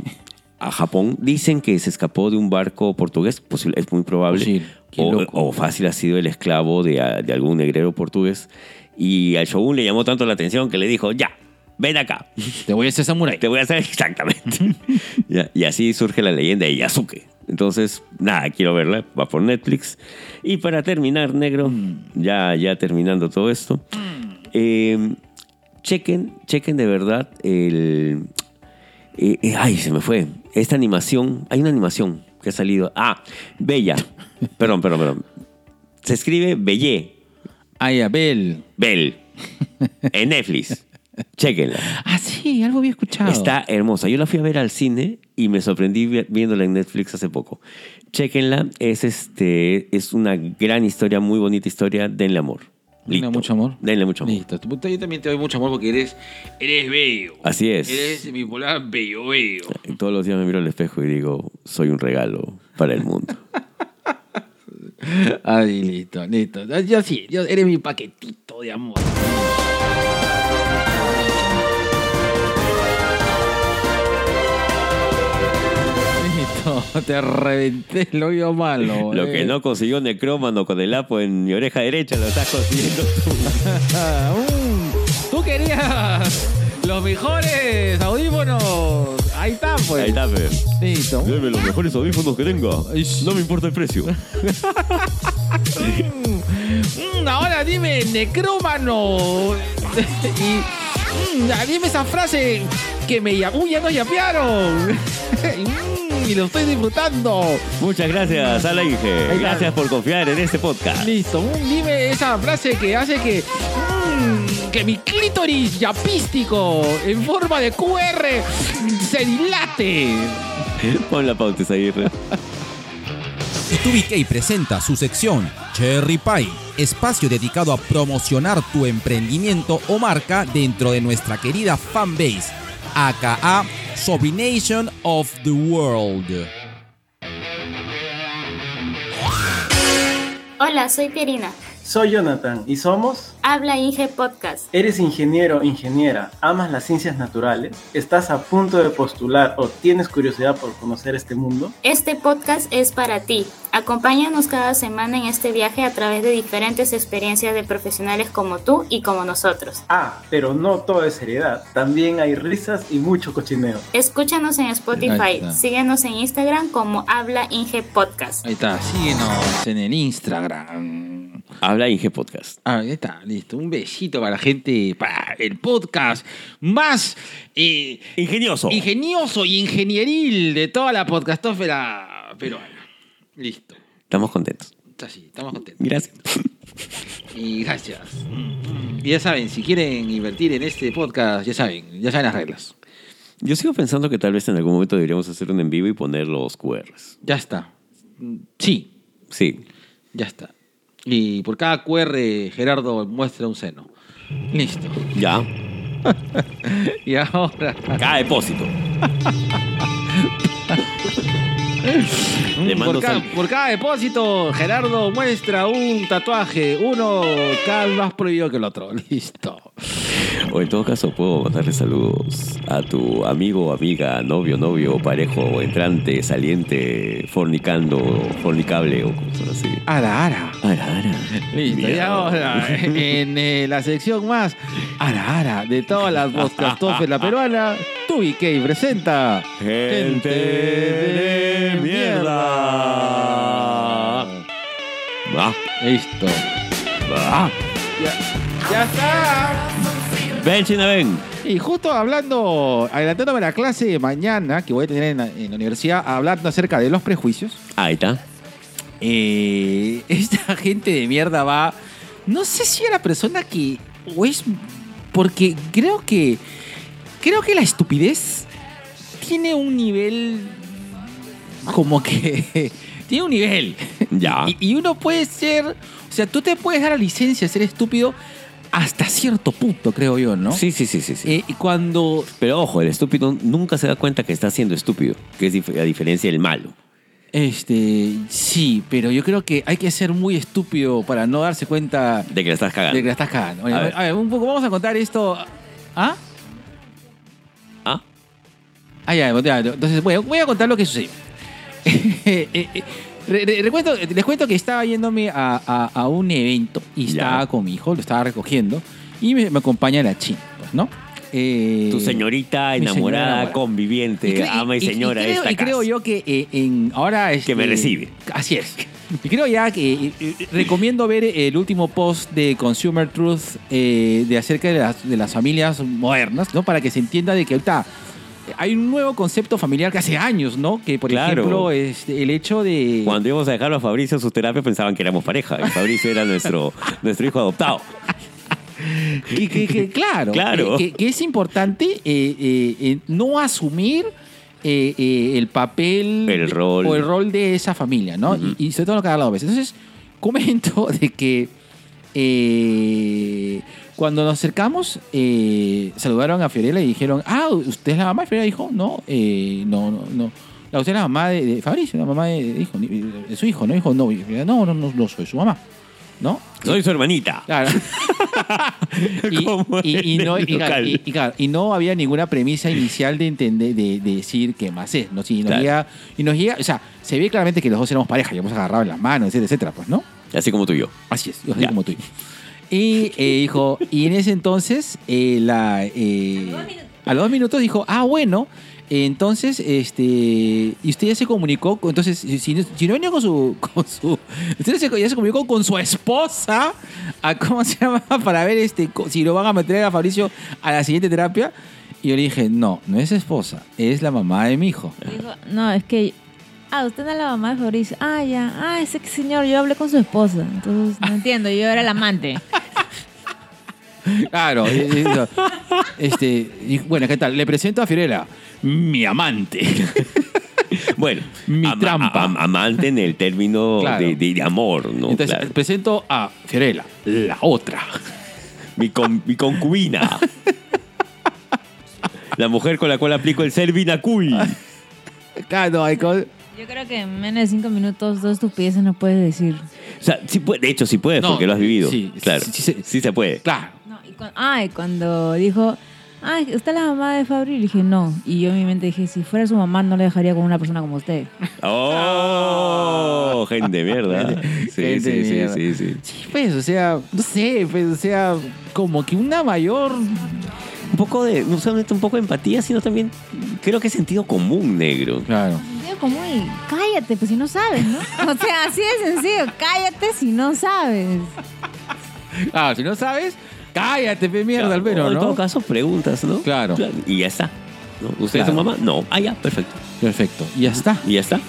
a Japón. Dicen que se escapó de un barco portugués, posible- es muy probable. Posible. Qué O, loco. o fácil ha sido el esclavo de, a- de algún negrero portugués. Y al shogun le llamó tanto la atención que le dijo, ya, ven acá, Te voy a hacer samurái. te voy a hacer exactamente. Ya, y así surge la leyenda de Yasuke. Entonces, nada, quiero verla, va por Netflix. Y para terminar, negro, ya, ya terminando todo esto, eh, chequen, chequen de verdad el... eh, eh, ay, se me fue. Esta animación, hay una animación que ha salido. Ah, Bella. perdón, perdón, perdón. Se escribe Belle, Ay, Abel. Bell, en Netflix. Chequenla. Ah, sí, algo había escuchado. Está hermosa. Yo la fui a ver al cine y me sorprendí vi- viéndola en Netflix hace poco. Chequenla. Es, este, es una gran historia, muy bonita historia. Denle amor. Denle Listo. mucho amor. Denle mucho amor. Listo. Tú- Yo también te doy mucho amor porque eres, eres bello. Así es. Eres bipolar bello, bello. Todos los días me miro al espejo y digo, soy un regalo para el mundo. Ay, listo, listo. Ah, Yo sí, yo, eres mi paquetito de amor. Listo, te reventé el hoyo malo. Lo eh. que no consiguió Necrómano con el apo en mi oreja derecha lo estás consiguiendo tú. Ah, uh, Tú querías los mejores audífonos. Ahí está, pues. Ahí está, pe. Listo. Deme los mejores audífonos que tenga. No me importa el precio. Mm, ahora dime, necrómano. y mm, ah, dime esa frase que me llamó. Uy, ya nos yapearon. Mm, y lo estoy disfrutando. Muchas gracias, Alainge. Ahí está. Gracias por confiar en este podcast. Listo, mm, dime esa frase que hace que. mm, que mi clítoris yapístico en forma de QR se dilate. Pon la pauta, Isaguirre. TubiK presenta su sección Cherry Pie, espacio dedicado a promocionar tu emprendimiento o marca dentro de nuestra querida fanbase, aka Sobrination of the World. Hola, soy Pierina. Soy Jonathan y somos. Habla Inge Podcast. ¿Eres ingeniero, ingeniera? ¿Amas las ciencias naturales? ¿Estás a punto de postular o tienes curiosidad por conocer este mundo? Este podcast es para ti. Acompáñanos cada semana en este viaje a través de diferentes experiencias de profesionales como tú y como nosotros. Ah, pero no todo es seriedad. También hay risas y mucho cochineo. Escúchanos en Ahí Spotify, está. síguenos en Instagram como Habla Inge Podcast. Ahí está, síguenos en el Instagram. Habla Inge Podcast. Ah, ahí está, listo. Un besito para la gente, para el podcast más eh, Ingenioso. ingenioso y ingenieril de toda la podcastófera peruana. Listo. Estamos contentos. Está así, estamos contentos. Gracias. Y gracias. Y ya saben, si quieren invertir en este podcast, ya saben, ya saben las reglas. Yo sigo pensando que tal vez en algún momento deberíamos hacer un en vivo y poner los QRs. Ya está. Sí, Sí. ya está. Y por cada QR, Gerardo muestra un seno. Listo. Ya. Y ahora. Cada depósito. Le mando Por cada, sal- por cada depósito, Gerardo muestra un tatuaje. Uno cada vez más prohibido que el otro. Listo. O en todo caso, puedo mandarle saludos a tu amigo, amiga, novio, novio, parejo, entrante, saliente, fornicando, fornicable o cosas así. Ara, ara. Ara, ara. Listo. Y Mira. ahora, en eh, la sección más ara, ara de todas las podcastof de la peruana, Tubi K presenta. Gente de mierda. Va, Listo. va. ¡Ya está! Ven, China, ven. Y justo hablando, adelantándome a la clase de mañana que voy a tener en la, en la universidad, hablando acerca de los prejuicios. Ahí está. eh, esta gente de mierda va. No sé si era persona que. O es. Porque creo que. Creo que la estupidez tiene un nivel. Como que. tiene un nivel. Ya. Y, y uno puede ser. O sea, tú te puedes dar la licencia de ser estúpido hasta cierto punto, creo yo, ¿no? Sí, sí, sí, sí. sí. Eh, y cuando. Pero ojo, el estúpido nunca se da cuenta que está siendo estúpido, que es dif- a diferencia del malo. Este. Sí, pero yo creo que hay que ser muy estúpido para no darse cuenta. De que la estás cagando. De que la estás cagando. Oye, A a, ver. ver. a ver, un poco, vamos a contar esto. ¿Ah? ¿Ah? Ah, ya, ya, entonces voy a, voy a contar lo que sucedió. Eh, eh, re- re- recuento- les cuento que estaba yéndome a, a- a un evento y Ya. estaba con mi hijo, lo estaba recogiendo y me, me acompaña la china, pues, ¿no? Eh, Tu señorita mi señora enamorada, enamorada. conviviente, creo- ama y, señora y de creo, esta y creo casa. yo que eh, en, ahora este, me recibe. Así es. Y creo ya que eh, eh, recomiendo ver el último post de Consumer Truth eh, de acerca de las, de las familias modernas, ¿no? Para que se entienda de que ahorita hay un nuevo concepto familiar que hace años, ¿no? Que por Claro. ejemplo este, el hecho de Cuando íbamos a dejarlo a Fabricio en sus terapias pensaban que éramos pareja. Y Fabricio era nuestro, nuestro hijo adoptado. que, que- que- claro, eh, Claro. Que, que- que es importante eh, eh, eh, no asumir eh, eh, el papel El rol. o el rol de esa familia, ¿no? y, y sobre todo lo que ha hablado a veces. Entonces, comento de que eh, cuando nos acercamos, eh, saludaron a Fiorella y dijeron, ah, ¿usted es la mamá? Y Fiorella dijo, no, eh, no, no, no. La usted es la mamá de, de Fabricio, la mamá de, de hijo, de su hijo, ¿no? Dijo, no, Y Fiorella, no, no, no, no soy su mamá, ¿no? Soy su hermanita. Claro. y, Como y- y en no, el y claro, local. y- y claro, y no había ninguna premisa inicial de entender, de, de decir qué más es. ¿no? Sí, nos Claro. llega- y nos llega, o sea, se ve claramente que los dos éramos pareja, y hemos agarrado en las manos, etcétera, etcétera, pues, ¿no? Así como tú y yo. Así es, yo soy Ya. como tú. Y eh, dijo, y en ese entonces, eh, la, eh, a los dos minutos dijo, ah, bueno, entonces, este, y usted ya se comunicó, con- entonces, si, si no- si no venía con su, con su, usted se- ya se comunicó con su esposa, a cómo se llama, para ver este, co- si lo van a meter a Fabricio a la siguiente terapia. Y yo le dije, no, no es esposa, es la mamá de mi hijo. Dijo, no, es que. Ah, usted no es la mamá de Fabricio. Ah, ya. Ah, ese señor, yo hablé con su esposa. Entonces, no entiendo, yo era el amante. Claro, eh, eh, no. este, y bueno, ¿qué tal? Le presento a Fiorella, mi amante. Bueno, Mi trampa. am- amante en el término Claro. de, de- de amor, ¿no? Entonces, Claro. presento a Fiorella, la otra. pues- Mi, con- mi concubina. La mujer con la cual aplico el Servinacuy. Claro, hay co- Yo creo que en menos de cinco minutos, dos estupideces no puedes decir. O sea, sí puede- de hecho, sí puedes No, porque lo has vivido. sí, claro. sí, Sí, sí, sí. se puede. Claro. No, y cuan- ah, y cuando dijo, ah, ¿usted es la mamá de Fabri? Le dije, no. Y yo en mi mente dije, si fuera su mamá, no le dejaría con una persona como usted. ¡Oh! Gente de mierda. Sí, Ah. Gente de sí, sí, Este, mierda. sí, sí. Sí, pues, o sea, no sé, pues, o sea, como que una mayor. Un poco de, no solamente un poco de empatía, sino también creo que sentido común, negro. Claro. Sentido común y cállate, pues si no sabes, ¿no? O sea, así de sencillo, cállate si no sabes. Ah, si no sabes, cállate, pe mierda, al Claro, menos, En todo ¿no? caso, preguntas, ¿no? Claro. Y ya está. ¿no? ¿Usted es Claro. su mamá? No. Ah, ya, perfecto. Perfecto, y ya está. Y ya está.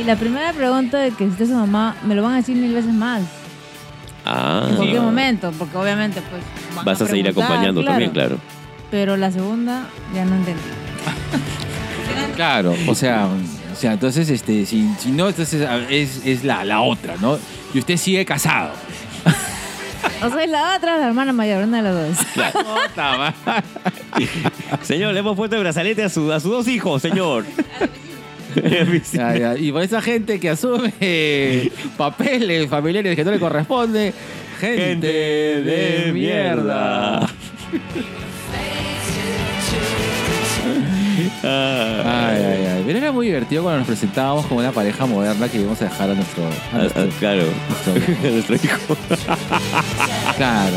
Y la primera pregunta de que usted es su mamá, me lo van a decir mil veces más. Ah. En cualquier momento, porque obviamente, pues. van Vas a seguir preguntar, acompañando también, claro. Pero la segunda, ya no entendí. Claro, o sea, o sea entonces, este, si, si no, entonces a- es, es la, la otra, ¿no? Y usted sigue casado. O soy la otra, la hermana mayor, una de las dos. Puta madre. Señor, le hemos puesto el brazalete a, su- a sus dos hijos, señor. A mi vecina. Ya, ya. Y por esa gente que asume eh, papeles familiares que no le corresponde, gente, Gente de mierda. Ah. Ay, ay, ay. Pero era muy divertido cuando nos presentábamos como una pareja moderna que íbamos a dejar a nuestro. a Ah, nuestro- ah, claro. nuestro- Nuestro hijo. claro.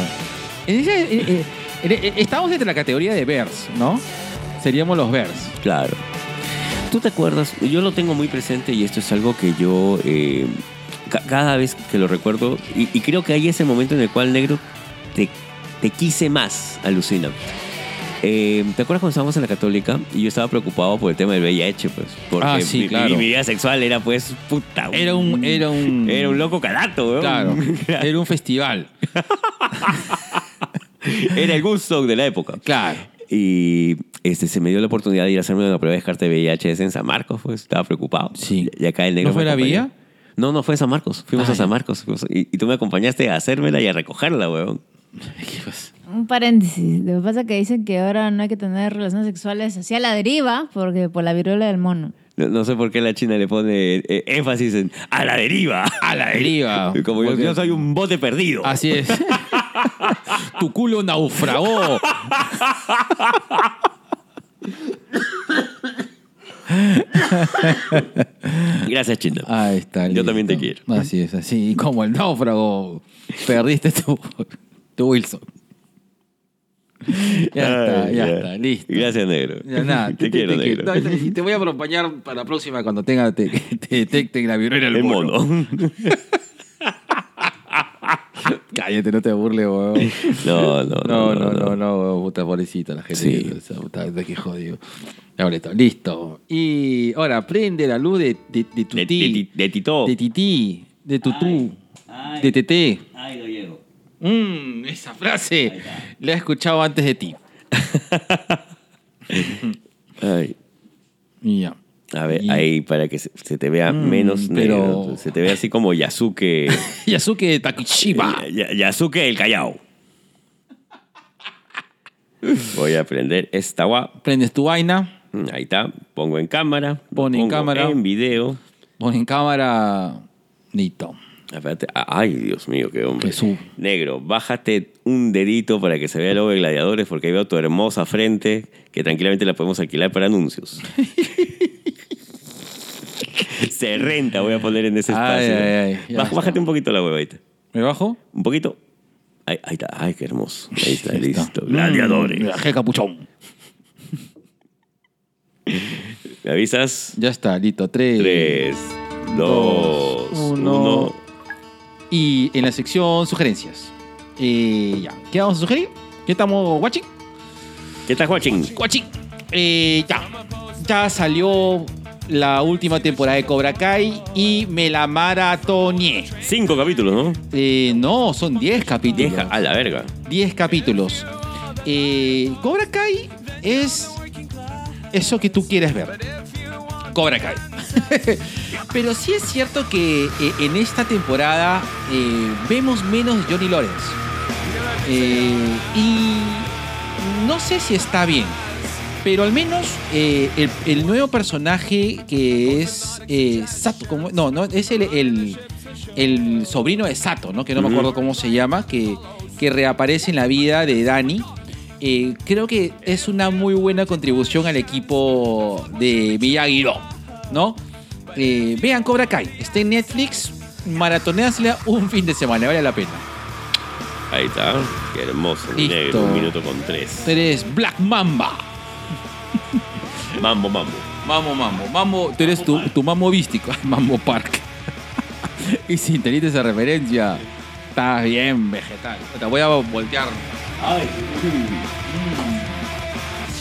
En ese- en- en- en- en- estábamos entre la categoría de vers, ¿no? Seríamos los vers. Claro. ¿Tú te acuerdas? Yo lo tengo muy presente y esto es algo que yo eh, ca- cada vez que lo recuerdo y, y creo que hay ese momento en el cual negro te, te quise más, alucina. Eh, ¿Te acuerdas cuando estábamos en la católica y yo estaba preocupado por el tema del VIH? Pues, porque Ah, sí, mi- mi, claro. mi vida sexual era pues puta. Era un. Era un. era un loco carato, weón. Claro. Era un festival. Era el gusto de la época. Claro. Y este, se me dio la oportunidad de ir a hacerme una prueba de descarte de VIH en San Marcos, pues estaba preocupado. Sí. Y acá el negro. ¿No fue me la acompañó. vía? No, no, fue en San Marcos. Fuimos Ah, a San ya. Marcos. Fuimos- Y, y tú me acompañaste a hacérmela y a recogerla, weón. Un paréntesis. Lo que pasa es que dicen que ahora no hay que tener relaciones sexuales hacia la deriva, porque por la viruela del mono. No, no sé por qué la China le pone eh, énfasis en a la deriva. A la deriva. Ah, Como yo, Porque- yo soy un bote perdido. Así es. tu culo naufragó. Gracias, China. Ahí está. Yo también te quiero. Así es, así. Y como el náufrago, perdiste tu, tu Wilson. Ya está, Ay, ya, está, listo. Gracias, negro. Ya nada, te, quiero, negro. no, te- te voy a acompañar para la próxima cuando tenga, te, te detecten la viruela del El mono. mono. Cállate, no te burles, weón. No, no, No, no, no, no, weón, puta pobrecita la gente. Sí. o sea, puta, de que jodido. Ya, boleto, listo. Y ahora prende la luz de, de, de tu De, ti. de- de Tito. De tití, de tutú, de teté. Ay, no llego. Mm, esa frase la he escuchado antes de ti. Ay. Y ya. A ver, Y- Mm, ahí para que se, se te vea menos pero- negro. Se te vea así como Yasuke. Yasuke de Takishiba. Ya- Yasuke el Callao. Voy a prender esta guapa. Prendes tu vaina, Ahí está. Pongo en cámara. Pon en Pongo cámara. En video. pon en cámara. Listo. Espérate. Ah, Ay, Dios mío, qué hombre. Jesús. Negro, bájate un dedito para que se vea el logo de gladiadores porque ahí veo tu hermosa frente que tranquilamente la podemos alquilar para anuncios. se renta, voy a poner en ese Ay, espacio. ay, ay, ya Baj- está. bájate un poquito la huevadita. ¿Me bajo? Un poquito. Ahí, ahí está. Ay, qué hermoso. Ahí está, Ahí está. listo. Gladiadores. Mm, ¡Qué capuchón! ¿Me avisas? Ya está, listo. Tres. Tres, dos, uno. uno. Y en la sección sugerencias. Eh, ya. ¿Qué vamos a sugerir? ¿Qué estamos watching? ¿Qué estás watching? Guachín. Eh, ya. Ya salió la última temporada de Cobra Kai y me la maratoneé. Cinco capítulos, ¿no? Eh, no, son 10 capítulos. Deja a la verga. 10 capítulos. Eh, Cobra Kai es eso que tú quieres ver. Cobra Kai. Pero sí es cierto que eh, en esta temporada eh, vemos menos Johnny Lawrence. Eh, y no sé si está bien. Pero al menos eh, el, el nuevo personaje que es eh, Sato, como- no, no, es el, el- el sobrino de Sato, ¿no? Que no me Ujú. acuerdo cómo se llama, que, que reaparece en la vida de Dani. Eh, creo que es una muy buena contribución al equipo de Miyagi-Do, ¿no? Eh, vean Cobra Kai, está en Netflix, maratoneasla un fin de semana, vale la pena. Ahí está. Qué hermoso. mi Listo. Negro, un minuto con tres. Eres Black Mamba. Mambo, mambo. Mamo, mamo, mamo, tú eres tu, tu mamo vístico, mamo park. y si entendiste esa referencia, estás bien, vegetal. Te voy a voltear. Ay.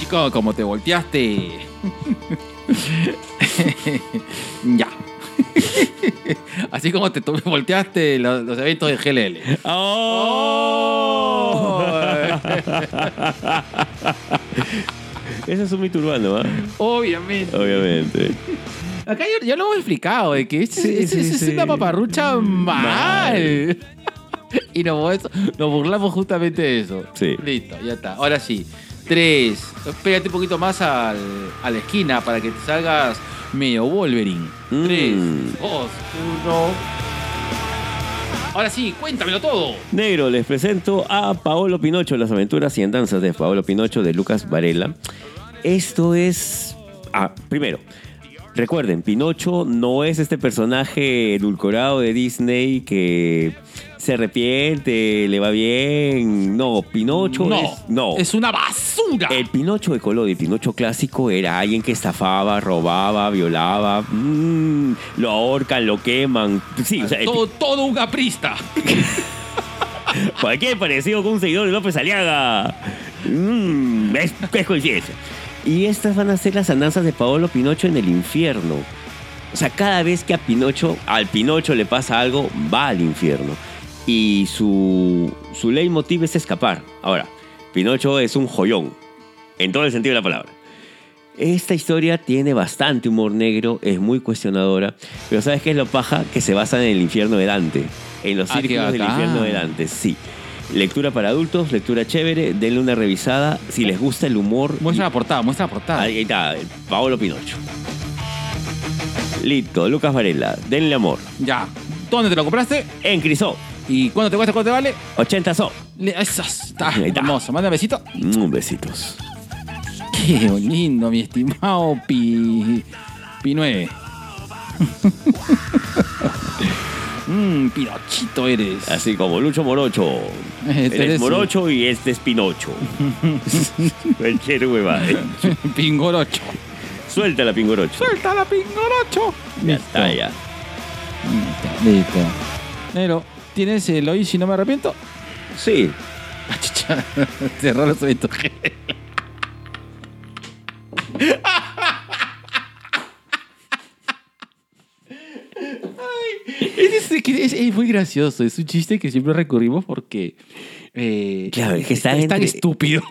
Chico, como te volteaste. ya. Así como te to- volteaste los, los eventos de GLL. Ese es un mito urbano, ¿ah? Obviamente. Obviamente. Acá ya, ya lo hemos explicado, de que este, este- sí, es sí. una paparrucha mal. y nos, bur- nos burlamos justamente de eso. Sí. Listo, ya está. Ahora sí. Tres. Espérate un poquito más al, a la esquina para que te salgas medio Wolverine. Mm. Tres, dos, uno. Ahora sí, cuéntamelo todo. Negro, les presento a Paolo Pinocho, las aventuras y andanzas de Paolo Pinocho de Lucas Varela. Esto es... Ah, primero, recuerden, Pinocho no es este personaje edulcorado de Disney que se arrepiente, le va bien. No, Pinocho es... No, Es una basura. el Pinocho de Colodi, Pinocho clásico, era alguien que estafaba, robaba, violaba, mm, lo ahorcan, lo queman. Sí, o sea, el todo, todo un aprista. Cualquier parecido con un seguidor de López Aliaga. Mm, es, es coincidencia. Y estas van a ser las andanzas de Paolo Pinocho en el infierno. O sea, cada vez que a Pinocho, al Pinocho le pasa algo, va al infierno. Y su, su leitmotiv es escapar. Ahora, Pinocho es un joyón, en todo el sentido de la palabra. Esta historia tiene bastante humor negro, es muy cuestionadora, pero ¿sabes qué es lo paja? Que se basa en el infierno de Dante, en los Ah, qué círculos del bacán. infierno de Dante, sí. Lectura para adultos, lectura chévere, denle una revisada, si les gusta el humor... Muestra la portada, muestra la portada. Ah, Ahí está, Paolo Pinocho. Listo, Lucas Varela, denle amor. Ya. ¿Dónde te lo compraste? En Crisó, ¿Y cuánto te cuesta? ¿Cuánto te vale? 80 so. Le- Esas, está Ahí está. hermoso. Manda besito. Mm, besitos. Qué lindo, mi estimado Pi. Pi 9. Mmm, pinochito eres. Así como Lucho Morocho. Eh, Él Teresi. es Morocho y este es Pinocho. Cualquier huevada. Pingorocho. Suelta la Pingorocho. ¡Suelta la pingorocho! Ya está, ya. Listo. Listo. Negro, ¿tienes el hoy si no me arrepiento? Sí. Ah, chucha. Cerrar los eventos. Ay, es, es que es- es muy gracioso. Es un chiste que siempre recurrimos porque. eh, Claro, es que está es tan entre- estúpido.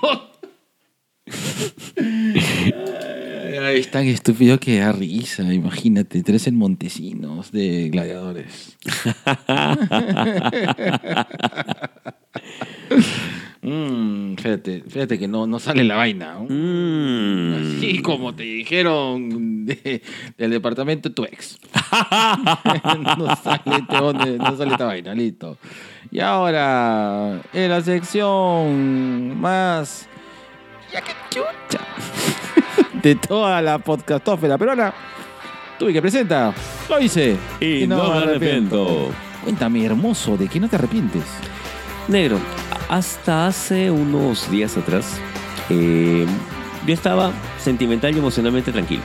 Ay, es tan estúpido que da risa. Imagínate, tres en Montesinos de gladiadores. Mm, fíjate, fíjate que no, no sale la vaina. ¿no? Mm. Así como te dijeron de- del departamento de tu ex. no, sale este bonde- no sale esta vaina, listo. Y ahora, en la sección más. ¡Ya que chucha! de toda la podcastófera peruana. Tuve que presenta. Lo hice. Y no me arrepiento. Cuéntame, hermoso, ¿de qué no te arrepientes? Negro, hasta hace unos días atrás, eh, yo estaba sentimental y emocionalmente tranquilo.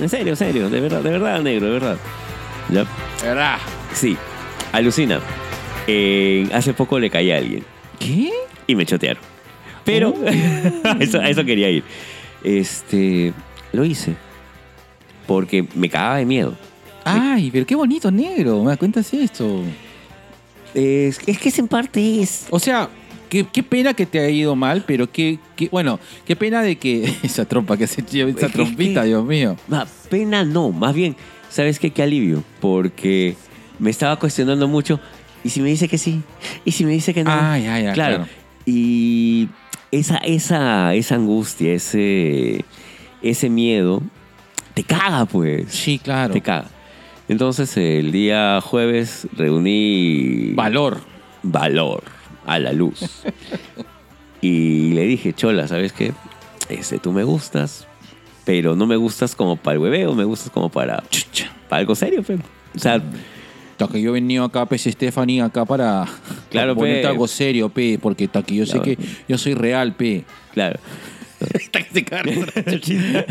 En serio, en serio, de verdad, de verdad, negro, de verdad. ¿Ya? ¿Verdad? Sí, alucina. Eh, hace poco le caí a alguien ¿Qué? y me chotearon. Pero a, eso, a eso quería ir. Este, lo hice porque me cagaba de miedo. Ay, pero qué bonito negro. ¿Me das cuenta es esto? Es, es que es en parte es. O sea, qué, qué pena que te ha ido mal, pero qué, qué- bueno, qué pena de que esa trompa que se lleva, Es esa que- trompita, Dios mío. Ma, pena no, más bien, ¿sabes qué? Qué alivio, porque me estaba cuestionando mucho. ¿Y si me dice que sí? ¿Y si me dice que no? Ay, ay, ay, Ah, claro. Y esa, esa, esa angustia, ese, ese miedo, te caga, pues. Sí, claro. Te caga. Entonces, el día jueves reuní Valor. valor a la luz. y le dije, Chola, ¿sabes qué? Este, tú me gustas, pero no me gustas como para el hueveo, me gustas como para, Chucha. para algo serio, pe. O sea, Hasta que yo he venido acá, pues, Stephanie, acá para, para Claro, ponerte pe. algo serio, pe, porque hasta que yo sé Claro. que yo soy real, pe. claro. Hasta que se cargue la china.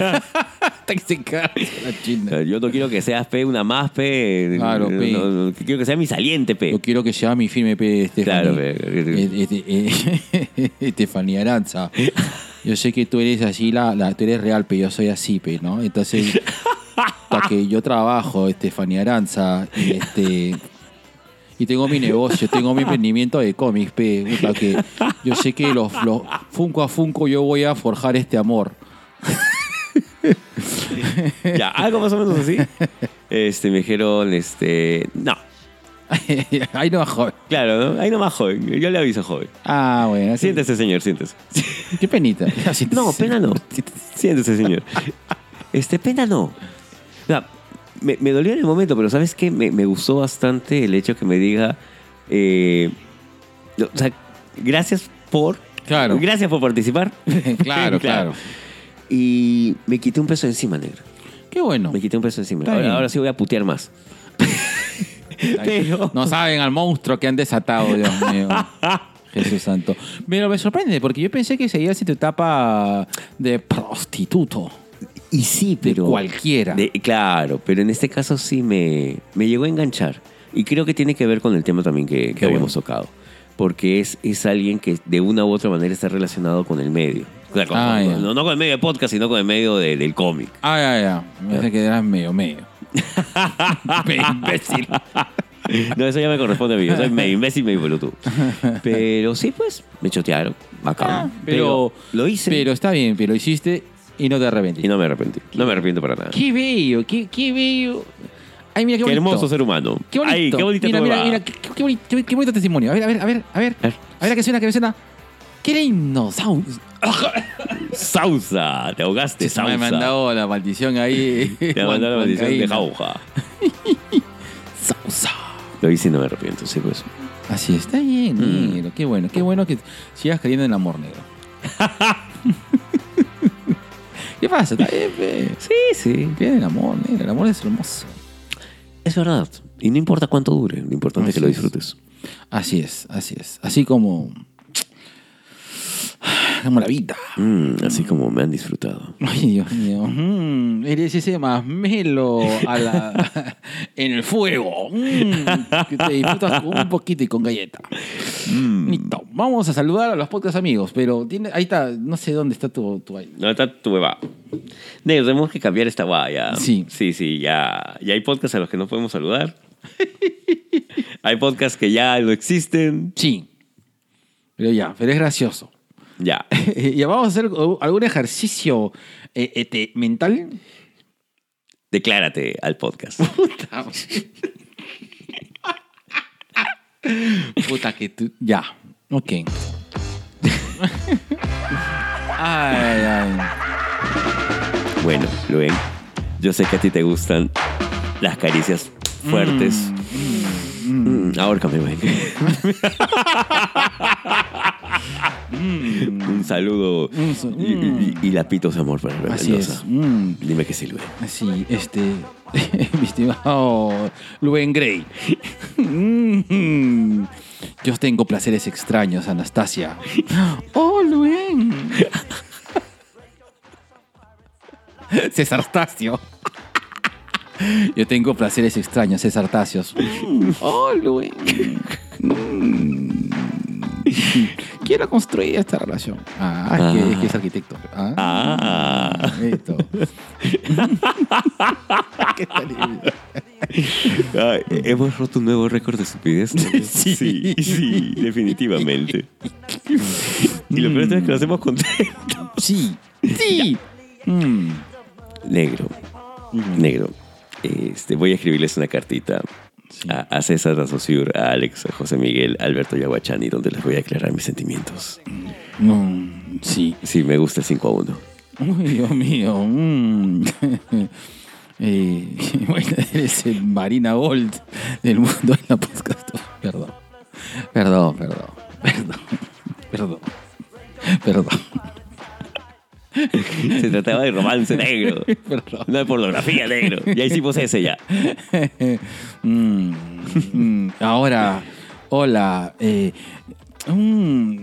Hasta que se cargue la china. Yo no quiero que seas pe una más pe. Claro, pe. No, no, quiero que seas mi saliente pe. Yo quiero que sea mi firme, pe, Stephanie. Claro, pe. Eh, este, eh, Estefanía Aranza. Yo sé que tú eres así, la, la- tú eres real, pero yo soy así, pe, ¿no? Entonces, para que yo trabajo, Estefanía Aranza, y este. Y tengo mi negocio, tengo mi emprendimiento de cómics, pe. puta, que yo sé que los, los Funko a Funko yo voy a forjar este amor. Ya, algo más o menos así. Este, me dijeron, este. No, Ay, no, joder. claro, ¿no? Ahí nomás joven. Yo le aviso, joven. Ah, bueno. así- Siéntese, señor, siéntese. Qué penita. Así- No, pena no. Siéntese, señor. Este, pena no. O sea, me, me dolió en el momento, pero ¿sabes qué? Me, me gustó bastante el hecho que me diga. eh, no, o sea, gracias por. Claro. Gracias por participar. Claro, claro. Y me quité un peso encima, negro. Qué bueno. Me quité un peso encima. Está bien. Ahora, ahora sí voy a putear más. pero. No saben al monstruo que han desatado, Dios mío. Jesús Santo. Pero me sorprende, porque yo pensé que seguías en tu etapa de prostituto. Y sí, De pero. cualquiera. De- claro, pero en este caso sí me, me llegó a enganchar. Y creo que tiene que ver con el tema también que, que Qué habíamos tocado. Porque es, es alguien que de una u otra manera está relacionado con el medio. O sea, con- Ah, con- ya. no, no con el medio de podcast, sino con el medio de- del cómic. Ah, ya, ya. Me parece que eras medio, medio. medio imbécil. No, eso ya me corresponde a mí. Yo soy medio imbécil, medio pelotudo. Pero sí, pues, me chotearon. Bacán. Ah, Pero, lo hice. Pero está bien, pero lo hiciste y no te y arrepentiste. no me arrepentí. No me arrepiento para nada. Qué, Qué bello, qué, qué bello. Ay, mira qué bonito. hermoso ser humano. Qué bonito. Ay, qué bonita mira, tu mira, huevada. mira, qué, qué bonito, qué bonito testimonio. A ver, a ver, a ver, a ver. A ver. A ver, a qué suena, a qué suena. Qué lindo. Sound. Sausa. Te ahogaste, Se me Sausa. ha mandado la maldición ahí. Te mandó la maldición de Huancaína. jauja. Sausa. Lo hice y no me arrepiento, sí, pues. Así es, está bien, Mm. negro. Qué bueno, qué bueno que sigas creyendo en el amor negro. ¿Qué pasa? Está bien, pe. Sí, sí. Cree en el amor negro. El amor es hermoso. Es verdad. Y no importa cuánto dure, lo importante es que Así lo es. disfrutes. Así es, así es. Así como. Como la vida. Mm, así como me han disfrutado. Ay, Dios mío. Mm, eres ese masmelo a la, en el fuego. Mm, que te disfrutas con un poquito y con galleta. Listo. Vamos a saludar a los podcast amigos, pero tiene, ahí está, no sé dónde está tu, tu ahí. No, está tu beba. Negro, tenemos que cambiar esta guaya. Sí. Sí, sí, ya. Ya hay podcasts a los que no podemos saludar. hay podcasts que ya no existen. Sí. Pero ya, pero es gracioso. Ya. ya vamos a hacer algún ejercicio eh, este, mental. Declárate al podcast. Puta. Puta que tú. Ya. Ok. Ay, ay. Bueno, Luen, yo sé que a ti te gustan las caricias fuertes. Mm, ahórcame, Luen. Mm. Un mm. saludo y, y- y lapitos de amor para Luen Así es. Mendoza. Mm, Dime que sí, Luen. así, este. mi estimado Luen Grey. Mm, Yo tengo placeres extraños, Anastasia. ¡Oh, Luen! César Tasio. Yo tengo placeres extraños, César Tacios. ¡Oh, Luen! Mm. Quiero construir esta relación. Ah, es, Que, es que es arquitecto. Ah. Ah. Listo. Qué terrible. Ay, Hemos roto un nuevo récord de estupidez. ¿no? Sí, sí, definitivamente. y lo peor es que lo hacemos contento. Sí, sí. Mm. Negro, negro. Este, voy a escribirles una cartita a, a César, a Sosur, a Alex, a José Miguel, a Alberto Yaguachani, donde les voy a aclarar mis sentimientos. Mm, sí. Sí, me gusta el 5 a 1. Uy, Dios mío. Mm. Eh, bueno, eres el Marina Gold del mundo de la podcast. Perdón. Perdón, perdón. Perdón. Perdón. Perdón. Se trataba de romance negro, Perdón. no de pornografía negro. Ya hicimos ese ya. Mm, mm, ahora, hola. eh, mm,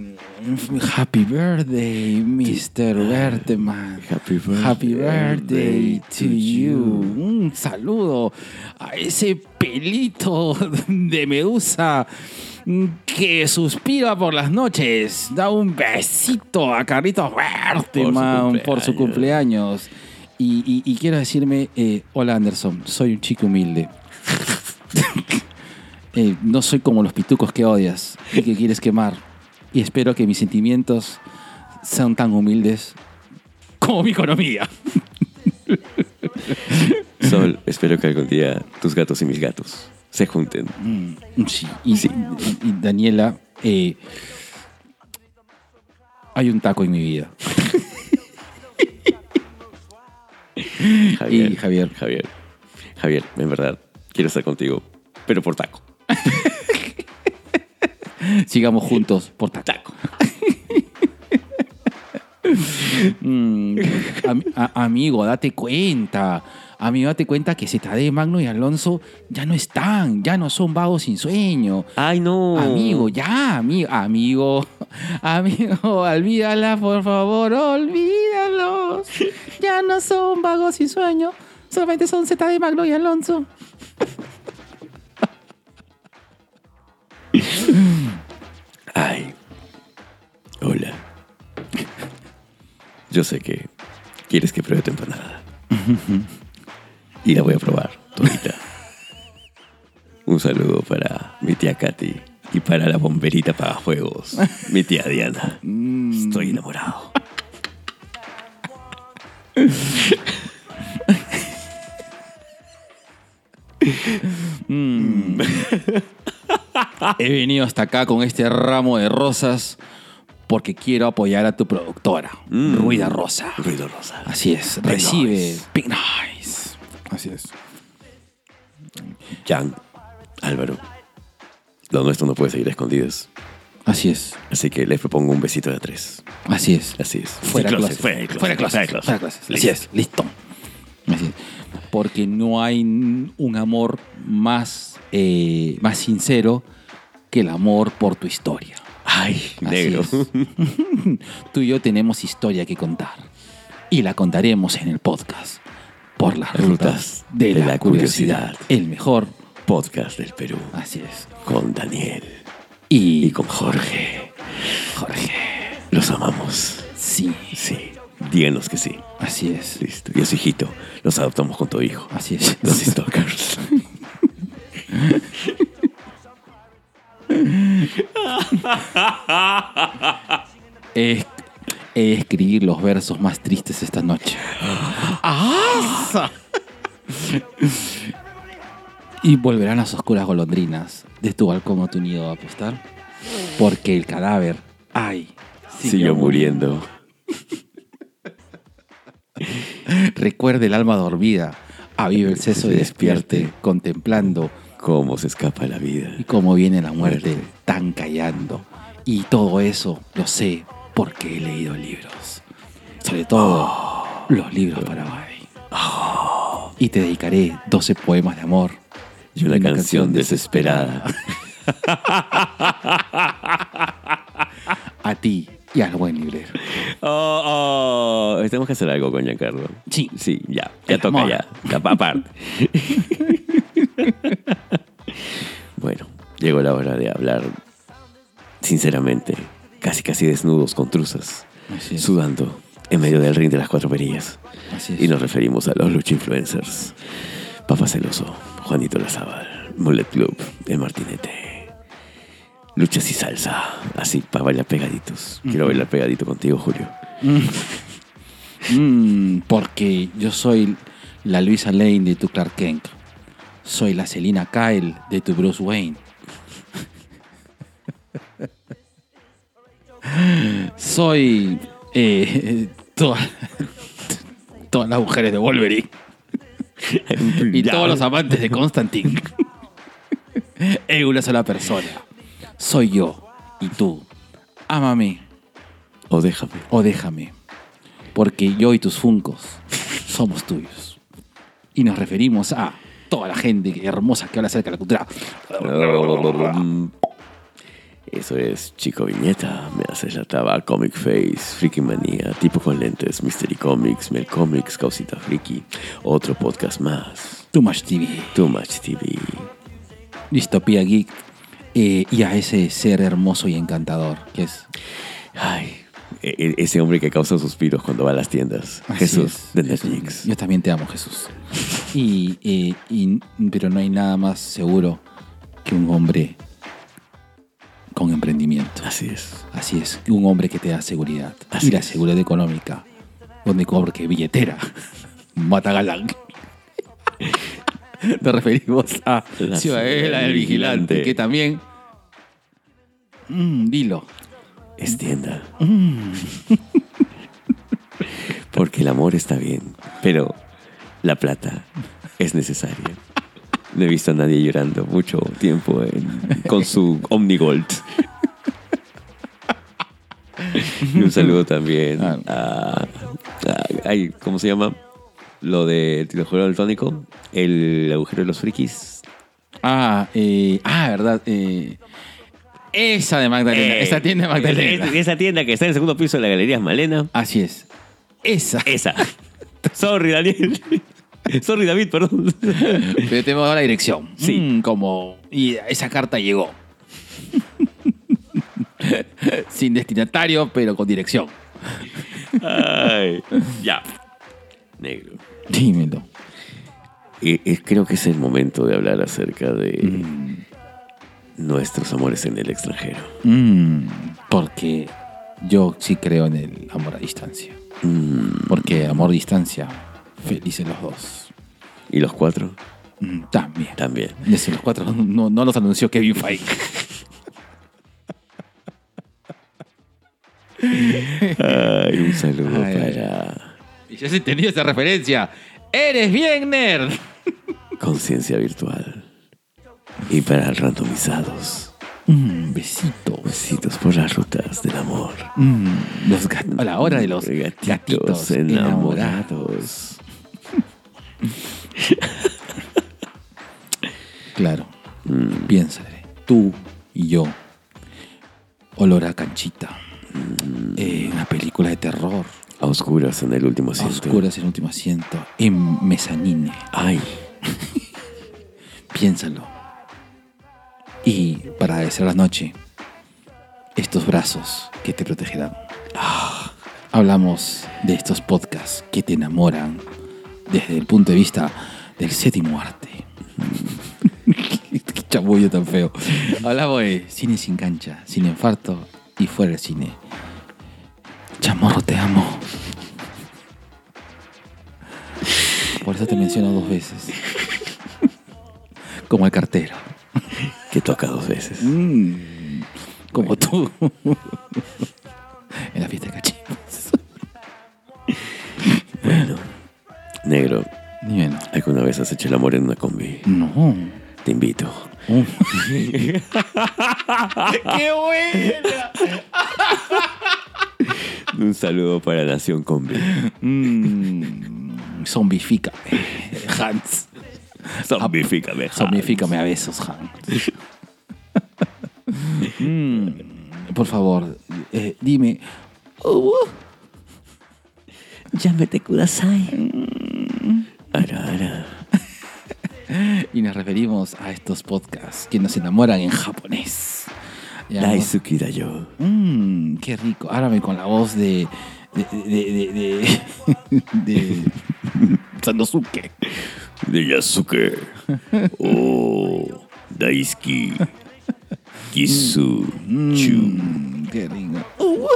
happy birthday, Mr. Berteman. Happy birthday Happy birthday to to you. you. Un saludo a ese pelito de medusa que suspira por las noches. Da un besito a Carlitos Berteman por su cumpleaños. cumpleaños. Y, y- y quiero decirme, eh, hola Anderson, soy un chico humilde. Eh, no soy como los pitucos que odias y que quieres quemar. Y espero que mis sentimientos sean tan humildes como mi economía. Sol, espero que algún día tus gatos y mis gatos se junten. Mm, Sí, y, y- y Daniela, eh, hay un taco en mi vida. Javier, Y Javier. Javier, Javier, en verdad, quiero estar contigo, pero por taco. Sigamos juntos por taco. Mm, am- a- amigo, date cuenta. Amigo, date cuenta que ZD Magno y Alonso ya no están, ya no son vagos sin sueño. Ay, no. Amigo, ya, amigo, amigo, amigo, olvídala, por favor, olvídalos. Ya no son vagos sin sueño, solamente son Z de Magno y Alonso. Ay. Hola. Yo sé que quieres que pruebe tu empanada. Y la voy a probar, todita. Un saludo para mi tía Katy y para la bomberita Pagafuegos, mi tía Diana. Estoy enamorado. He venido hasta acá con este ramo de rosas porque quiero apoyar a tu productora, Ruida Rosa. Ruido rosa. Así es, Pink recibe Noise. Pink Noise. Así es. Jan, Álvaro, lo nuestro no puede seguir a escondidas. Así es, Así que les propongo un besito de tres. así es. Así es. Fuera Sin clases. closet, fuera de closet, fuera de closet. Fuera de clases. Así Listo. es, listo. Así es. Porque no hay n- un amor más, eh, más sincero que el amor por tu historia. Ay, Así negro. es. Tú y yo tenemos historia que contar. Y la contaremos en el podcast. Por las rutas, de, la, curiosidad. El mejor. Podcast del Perú Así es. con Daniel Y, y con Jorge. Jorge. Los amamos. Sí, Sí. Díganos que sí. así es. Listo. Y a su hijito. Los adoptamos con tu hijo. Así es. Los stalkers. He, he de escribir los versos más tristes esta noche. y volverán las oscuras golondrinas de tu balcón a tu nido a apostar. Porque el cadáver, ay, Siguió muriendo. Recuerde el alma dormida. Avive el seso y despierte, contemplando Cómo se escapa la vida. y cómo viene la muerte tan callando. Y todo eso lo sé porque he leído libros. Sobre todo los libros para Babi. Y te dedicaré 12 poemas de amor. Y una canción desesperada. A ti y al buen librero. Oh, oh, tenemos que hacer algo con Giancarlo. Sí. Sí, ya. Ya El toca, amor. ya. Ya, pa- Aparte. bueno, llegó la hora de hablar sinceramente, casi casi desnudos, con truzas, Así es. sudando en medio del ring de las cuatro perillas. Así es. Y nos referimos a los lucha influencers. Papá Celoso, Juanito Lazábal, Mullet Club, El Martinete. Luchas y salsa, así para bailar pegaditos. Quiero bailar pegadito contigo, Julio. Mm, porque yo soy la Luisa Lane de tu Clark Kent. Soy la Selina Kyle de tu Bruce Wayne. Soy eh, toda- todas las mujeres de Wolverine y Ya. todos los amantes de Constantine en una sola persona. Soy yo y tú. Ámame O déjame. o Oh, déjame, porque yo y tus funcos somos tuyos. Y nos referimos a toda la gente hermosa que habla acerca de la cultura. Eso es Chico Viñeta, Me Haces la Taba, Comic Face, Friki Manía, Tipo con Lentes, Mystery Comics, Mel Comics, Causita Friki, otro podcast más, Too Much TV, Too Much TV. Distopía Geek eh, y a ese ser hermoso y encantador que es Ay, e- e- ese hombre que causa suspiros cuando va a las tiendas. Así Jesús, es, de Jesús. Netflix. Yo también te amo, Jesús. Y, eh, y- pero no hay nada más seguro que un hombre con emprendimiento. Así es. Así es, un hombre que te da seguridad. Así y la es. seguridad económica. Donde cobre que billetera. Mata galán. Nos referimos a La la Ciudadela del Ciudadela Vigilante. Vigilante, que también. Mm, dilo. Es tienda. Porque el amor está bien, pero la plata es necesaria. No he visto a nadie llorando mucho tiempo en- con su Omnigold. Y un saludo también Ah. a, a- ay, ¿Cómo se llama? Lo del de, agujero daltónico, el agujero de los frikis. Ah, eh, ah, verdad. eh, esa de Magdalena. Eh, esa tienda de Magdalena. es- Esa tienda que está en el segundo piso de la Galería Malena. Así es. Esa. Esa. Sorry, Daniel. Sorry, David, perdón. Pero te voy a dar la dirección. Sí. Mm, como. Y esa carta llegó. Sin destinatario, pero con dirección. Ay, ya. Negro. Dímelo. Eh, eh, creo que es el momento de hablar acerca de Mm. nuestros amores en el extranjero. Mm, porque yo sí creo en el amor a distancia. Mm, Porque amor a distancia, felices los dos. Y los cuatro Mm, también. también. Desde los cuatro no, no los anunció Kevin Feige. Ay, un saludo Ay, ay, para Y ya se entendió esa referencia. ¡Eres bien nerd! Conciencia Virtual y para randomizados. Mm, besitos. Besitos por las rutas del amor. Mm, los gat- a la hora de los gatitos, enamorados. enamorados. Claro. Piénsale. Tú y yo. Olor a canchita. Eh, una película de terror. A oscuras en el último A asiento. oscuras en último asiento. En mezanine. Ay, Piénsalo. Y para agradecer la noche, estos brazos que te protegerán. Ah, Hablamos de estos podcasts que te enamoran desde el punto de vista del séptimo arte. Qué chamullo tan feo. Hablamos de cine sin cancha, sin infarto y fuera del cine. Chamorro, te amo. Por eso te menciono dos veces. Como el cartero. que toca dos veces. Como tú. en la fiesta de cachimbos. Bueno, negro, Ni menos. ¿alguna vez has hecho el amor en una combi? No. Te invito. ¡Qué bueno! Un saludo para Nación Combi. zombifícame, Mm. Hans. Zombifícame. Hans. Zombifícame a besos, Hans. Mm, por favor, eh, dime. Oh, oh, Llámete Kudasai. Ara, ara. Y nos referimos a estos podcasts que nos enamoran en japonés. Ya, ¿no? Daisuki da yo. Mmm, qué rico. Árame con la voz de. de. de. de. de, de Sanosuke. De Yasuke. Oh, Daisuki. Kisu. Chu. Mm, qué rico. Uh.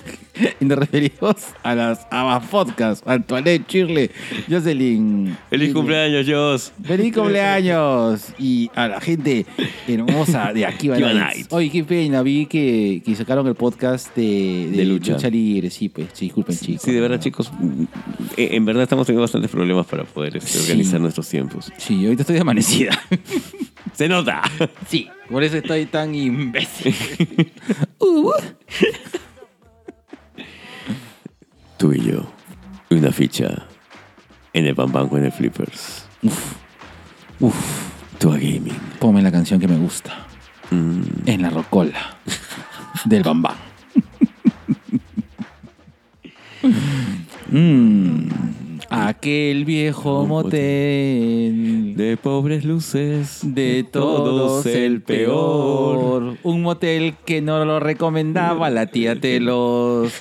y nos referimos a las Abas Podcast. Antoinette, Chirle, Jocelyn. ¡Feliz cumpleaños, Jos! ¡Feliz cumpleaños! Y a la gente hermosa de aquí Akiba Nights. Nights. Oye, qué pena, vi que, que sacaron el podcast de, De lucha. libre. Sí, pues, sí, disculpen, chicos. Sí, de verdad, ¿no? chicos. mm, eh, En verdad estamos teniendo bastantes problemas para poder este, Sí. organizar nuestros tiempos. Sí, ahorita estoy amanecida. ¡Se nota! Sí, por eso estoy tan imbécil. Tú y yo. Una ficha. En el Bambanco, en el Flippers. Uf, Tú a Gaming. ponme la canción que me gusta. En la rocola del bambán. Mm, aquel viejo motel De pobres luces. de todos el peor. Un motel que no lo recomendaba la tía Telos.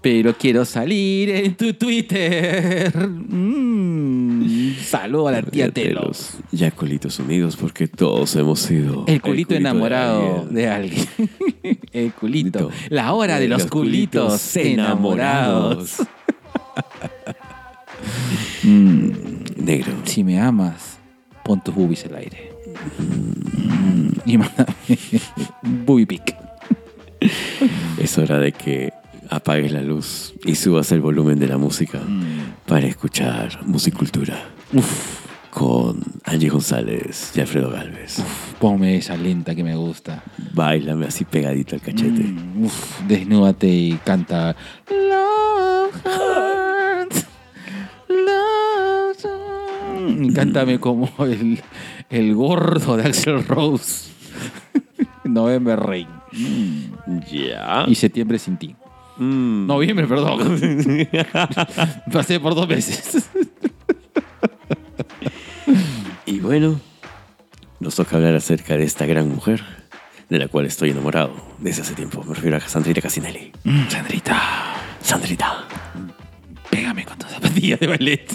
Pero quiero salir en tu Twitter. Mm, saludo a la tía Telos. Ya colitos unidos porque todos hemos sido. El culito de enamorado alguien. de alguien. El culito. Culito. La hora de los culitos enamorados. Mm, Mm. Negro. Si me amas, pon tus boobies al aire. Y mándame booby pic. Es hora de que apagues la luz y subas el volumen de la música Mm. para escuchar Musicultura. Con Angie González y Alfredo Galvez. Ponme esa lenta que me gusta. Báilame así pegadita al cachete. Mm, uf, desnúdate y canta. Love hurts, love hurts. Mm, Cántame como el, el gordo de Axel Rose. November Rain. Ya. Mm. Y septiembre sin ti. Mm. Noviembre, perdón. Pasé por dos meses. Y bueno, nos toca hablar acerca de esta gran mujer de la cual estoy enamorado desde hace tiempo. Me refiero a Sandrita Casinelli. Mm, Sandrita, Sandrita, pégame con tus zapatillas de ballet.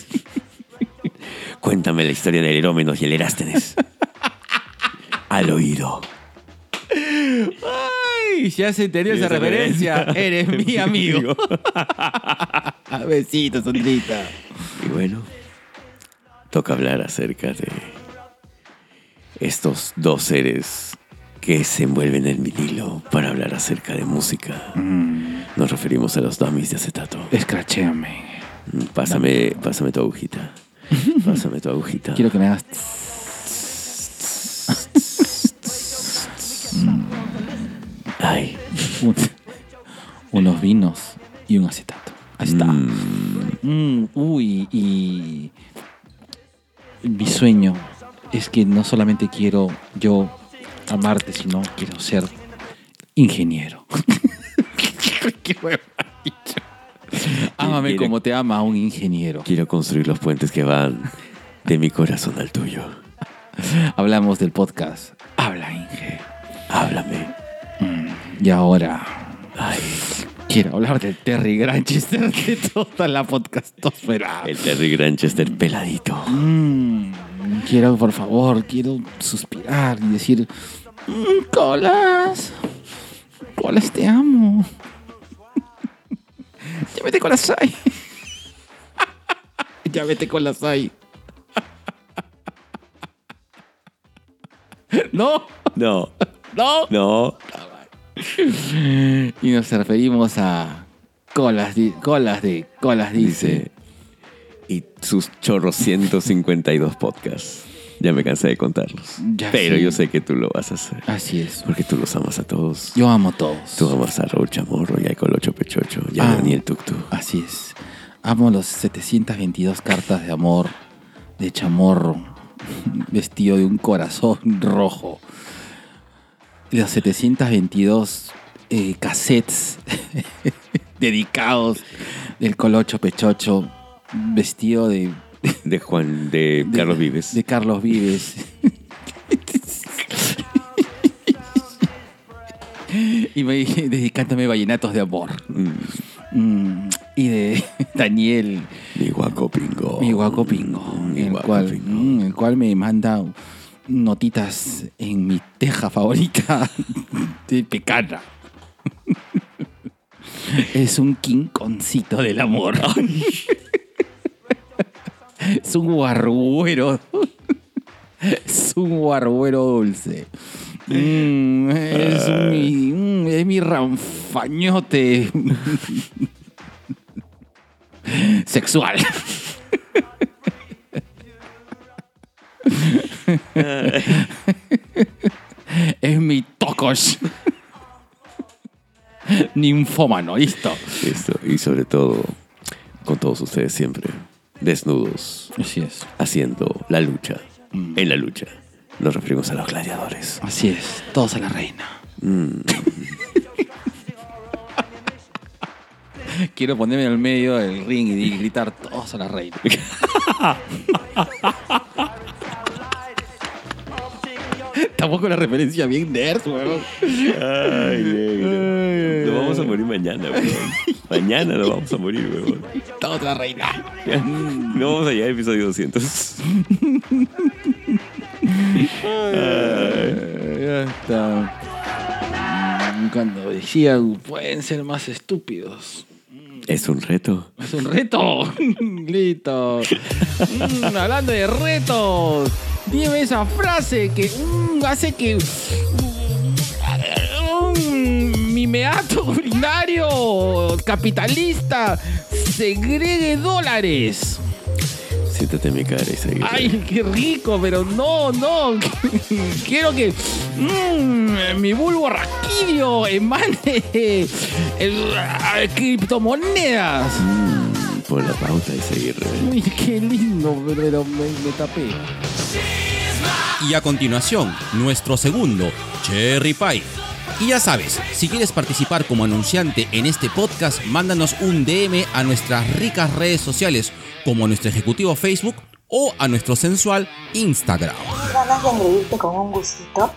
cuéntame la historia del Herómenos y el Erástenes. Al oído. ¡Ay! Ya se entendió esa Esa referencia. referencia. Eres mi amigo. Besitos, Sandrita. Y bueno, toca hablar acerca de estos dos seres que se envuelven en vinilo para hablar acerca de música. Nos referimos a los dummies de acetato. Mm, Escrachéame. Pásame, pásame tu agujita. Pásame tu agujita. Quiero que me hagas. Ay. un- unos vinos y un acetato. Ahí está. Mm, uy, y mi sueño es que no solamente quiero yo amarte, sino quiero ser ingeniero. ¿Qué hueva he dicho? Ámame Quiere- como te ama un ingeniero. Quiero construir los puentes que van de mi corazón al tuyo. Hablamos del podcast. Habla, Inge. Háblame. Y ahora Ay, quiero hablar del Terry Granchester de toda la podcastosfera. el Terry Granchester peladito. Mm, quiero, por favor, quiero suspirar y decir, "Mm, colas, colas te amo. Llámete con las ay. Llámete con las ay. No, No, no. no. Y nos referimos a colas, di- colas de, colas dice. Dice. Y sus chorros 152 podcasts. Ya me cansé de contarlos. Ya Pero sé. yo sé que tú lo vas a hacer. Así es. Porque tú los amas a todos. Yo amo a todos. Tú amas a Raúl Chamorro y a Colocho Pechocho y a Ah. Daniel Tuctu. Así es. Amo los 722 cartas de amor de chamorro vestido de un corazón rojo. los 722 eh, cassettes dedicados del Colocho Pechocho vestido de, De Juan, de, de- Carlos Vives. De Carlos Vives. y me dije, dedicándome vallenatos de amor. Mm, y de Daniel, Mi guaco pingo. mi guaco pingo, Mi el, guaco cual, pingo. mm, el cual me manda notitas en mi teja favorita de pecana. Es un quinconcito del amor. Es un guarruero. Es un guarruero dulce. Mm, es, mi, mm, es mi ranfañote sexual. es mi tocos. Ninfómano, listo. Esto, y sobre todo, con todos ustedes siempre, desnudos, Así es. haciendo la lucha. Mm. En la lucha. Nos referimos a los gladiadores. Así es. Todos a la reina. Mm. Quiero ponerme en el medio del ring y gritar todos a la reina. Tampoco la referencia bien nerd, weón. Ay, Ay, Nos ay, vamos a ay. morir mañana, weón. Mañana nos vamos a morir, weón. Todos a la reina. No vamos a llegar al episodio 200. Eh, hasta, mm, Cuando decían, pueden ser más estúpidos. Es un reto. Es un reto. Listo. Mm, hablando de retos, dime esa frase que mm, hace que. mm, mi meato urinario capitalista segregue dólares. Siéntate en mi cara y seguí. Ay, qué rico, pero no, no. Quiero que mm, mi bulbo raquidio emane eh, el- ah, criptomonedas. Pon la pauta y seguir. Uy, qué lindo, pero me, me tapé. Y a continuación, nuestro segundo, Cherry Pie. Y ya sabes, si quieres participar como anunciante en este podcast, mándanos un DM a nuestras ricas redes sociales, como a nuestro ejecutivo Facebook o a nuestro sensual Instagram. ganas de agredirte con un gustito?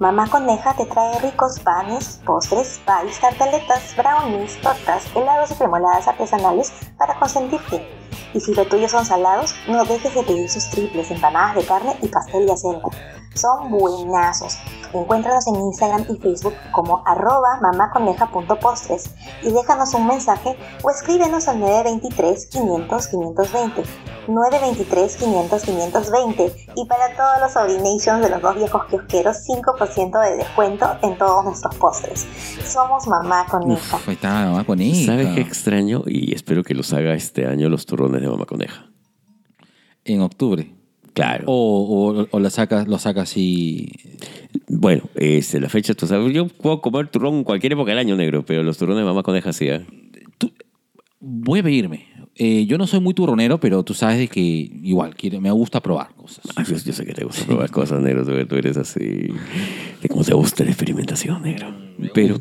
Mamá Coneja te trae ricos panes, postres, pies, tartaletas, brownies, tortas, helados y premoladas artesanales para consentirte. Y si lo tuyo son salados, no dejes de pedir sus triples, empanadas de carne y pastel de acelga. Son buenazos. Encuéntranos en Instagram y Facebook como arroba mamaconeja.postres y déjanos un mensaje o escríbenos al 923 500 520. 923 500 520 y para todos los Orinations de los dos viejos kiosqueros 5% de descuento en todos nuestros postres. Somos Mamá Coneja. Uf, ahí está, mamá con hija. ¿Sabes qué extraño? Y espero que los haga este año los turrones de mamá coneja. En octubre. Claro. O, o, o la sacas, lo sacas así. Bueno, este, la fecha, tú sabes, yo puedo comer turrón en cualquier época del año negro, pero los turrones de mamá coneja sí. ¿eh? Voy a pedirme. Eh, yo no soy muy turronero, pero tú sabes de que igual quiero, me gusta probar cosas. Ay, yo, yo sé que te gusta probar cosas, negro. Tú, tú eres así. De cómo te gusta la experimentación, negro. Mm, Pero.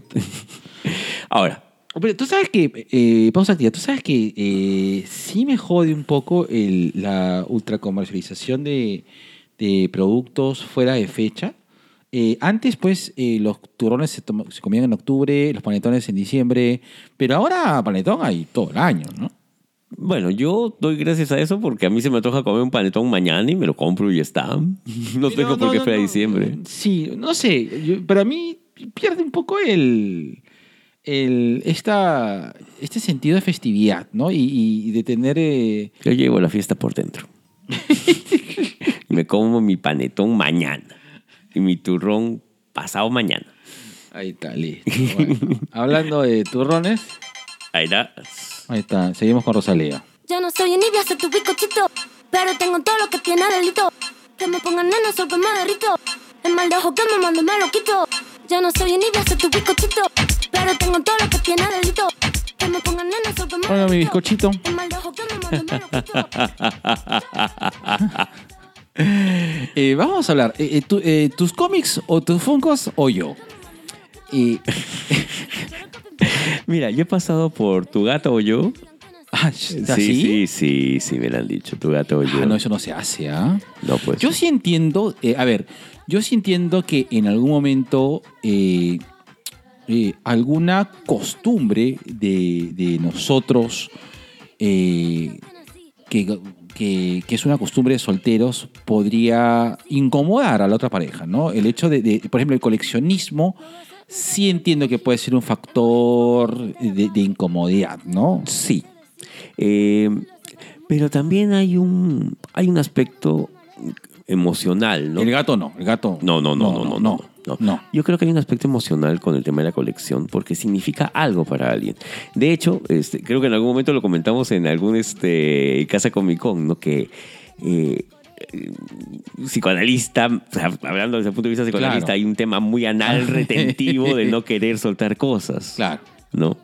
Ahora, Pero tú sabes que, eh, pausa activa, tú sabes que eh, sí me jode un poco el- la ultracomercialización de, de productos fuera de fecha. Eh, antes, pues, eh, los turrones se, toma- se comían en octubre, los panetones en diciembre, pero ahora panetón hay todo el año, ¿no? Bueno, yo doy gracias a eso porque a mí se me antoja comer un panetón mañana y me lo compro y ya está. No Pero tengo por qué no, esperar no. diciembre. Sí, no sé, yo- para mí pierde un poco el, el esta, este sentido de festividad, ¿no? Y, y- y de tener... eh, Yo llevo la fiesta por dentro. Y me como mi panetón mañana y mi turrón pasado mañana. Ahí está, listo. Bueno, hablando de turrones, Ahí está. ahí está, seguimos con Rosalía. Yo no soy envidia, soy tu picochito. Pero tengo todo lo que tiene delito. Que me pongan nano, soy que me derrito. El mal de ojo que me mando me lo quito. Yo no soy envidia, soy tu picochito. Pero tengo todo lo que tiene delito. Que me pongan nano, soy que me Hola, mi derrito. bizcochito. El mal de ojo que me mando me lo quito. Eh, vamos a hablar, eh, eh, tu- eh, ¿tus cómics o tus funcos o yo? Y Mira, yo he pasado por tu gato o yo. Ah, Sí, ¿así? sí, sí, sí, me lo han dicho. Tu gato o yo. Ah, no, eso no se hace, ¿ah? No, pues. Yo sí entiendo, eh, a ver, yo sí entiendo que en algún momento eh, eh, alguna costumbre de, de nosotros, eh, que, que- que es una costumbre de solteros, podría incomodar a la otra pareja, ¿no? El hecho de, de, por ejemplo, el coleccionismo, sí entiendo que puede ser un factor de, de incomodidad, ¿no? Sí. Eh, pero también hay un, hay un aspecto emocional, ¿no? El gato no, el gato. No, no, no, no, no, no, no. no. Yo creo que hay un aspecto emocional con el tema de la colección porque significa algo para alguien. De hecho, este, creo que en algún momento lo comentamos en algún este, Casa Comic Con, ¿no? Que eh, eh, psicoanalista, o sea, hablando desde el punto de vista psicoanalista, Claro. hay un tema muy anal retentivo de no querer soltar cosas. Claro. ¿no?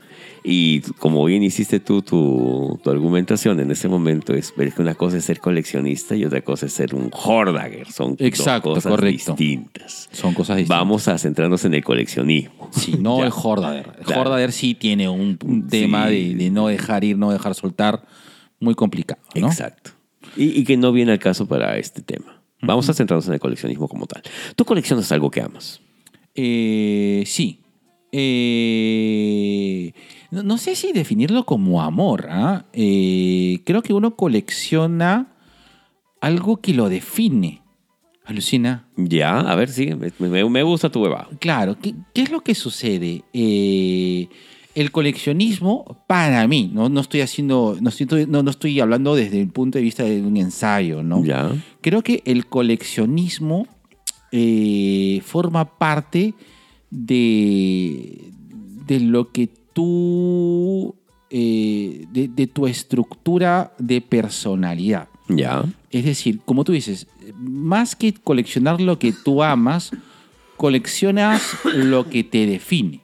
Y como bien hiciste tú, tu, tu argumentación en ese momento es ver que una cosa es ser coleccionista y otra cosa es ser un hoardager. Son dos Exacto, cosas correcto. distintas. Son cosas distintas. Vamos a centrarnos en el coleccionismo. Sí, no Ya. el Hordader. El Claro. Hordader sí tiene un, un Sí. tema de, de no dejar ir, no dejar soltar, muy complicado, ¿no? Exacto. Y, y que no viene al caso para este tema. Vamos a centrarnos en el coleccionismo como tal. Tú coleccionas algo que amas. Eh, sí. Eh, no, no sé si definirlo como amor. ¿ah? Eh, creo que uno colecciona algo que lo define. Alucina. Ya, a ver, sí, me, me- me gusta tu hueva. Claro, ¿qué, qué es lo que sucede? Eh, el coleccionismo, para mí, no, no estoy haciendo, no estoy, no, no estoy hablando desde el punto de vista de un ensayo, ¿no? Ya. Creo que el coleccionismo eh, forma parte de, de lo que tú, eh, de- de tu estructura de personalidad. Ya. Es decir, como tú dices, más que coleccionar lo que tú amas, coleccionas lo que te define.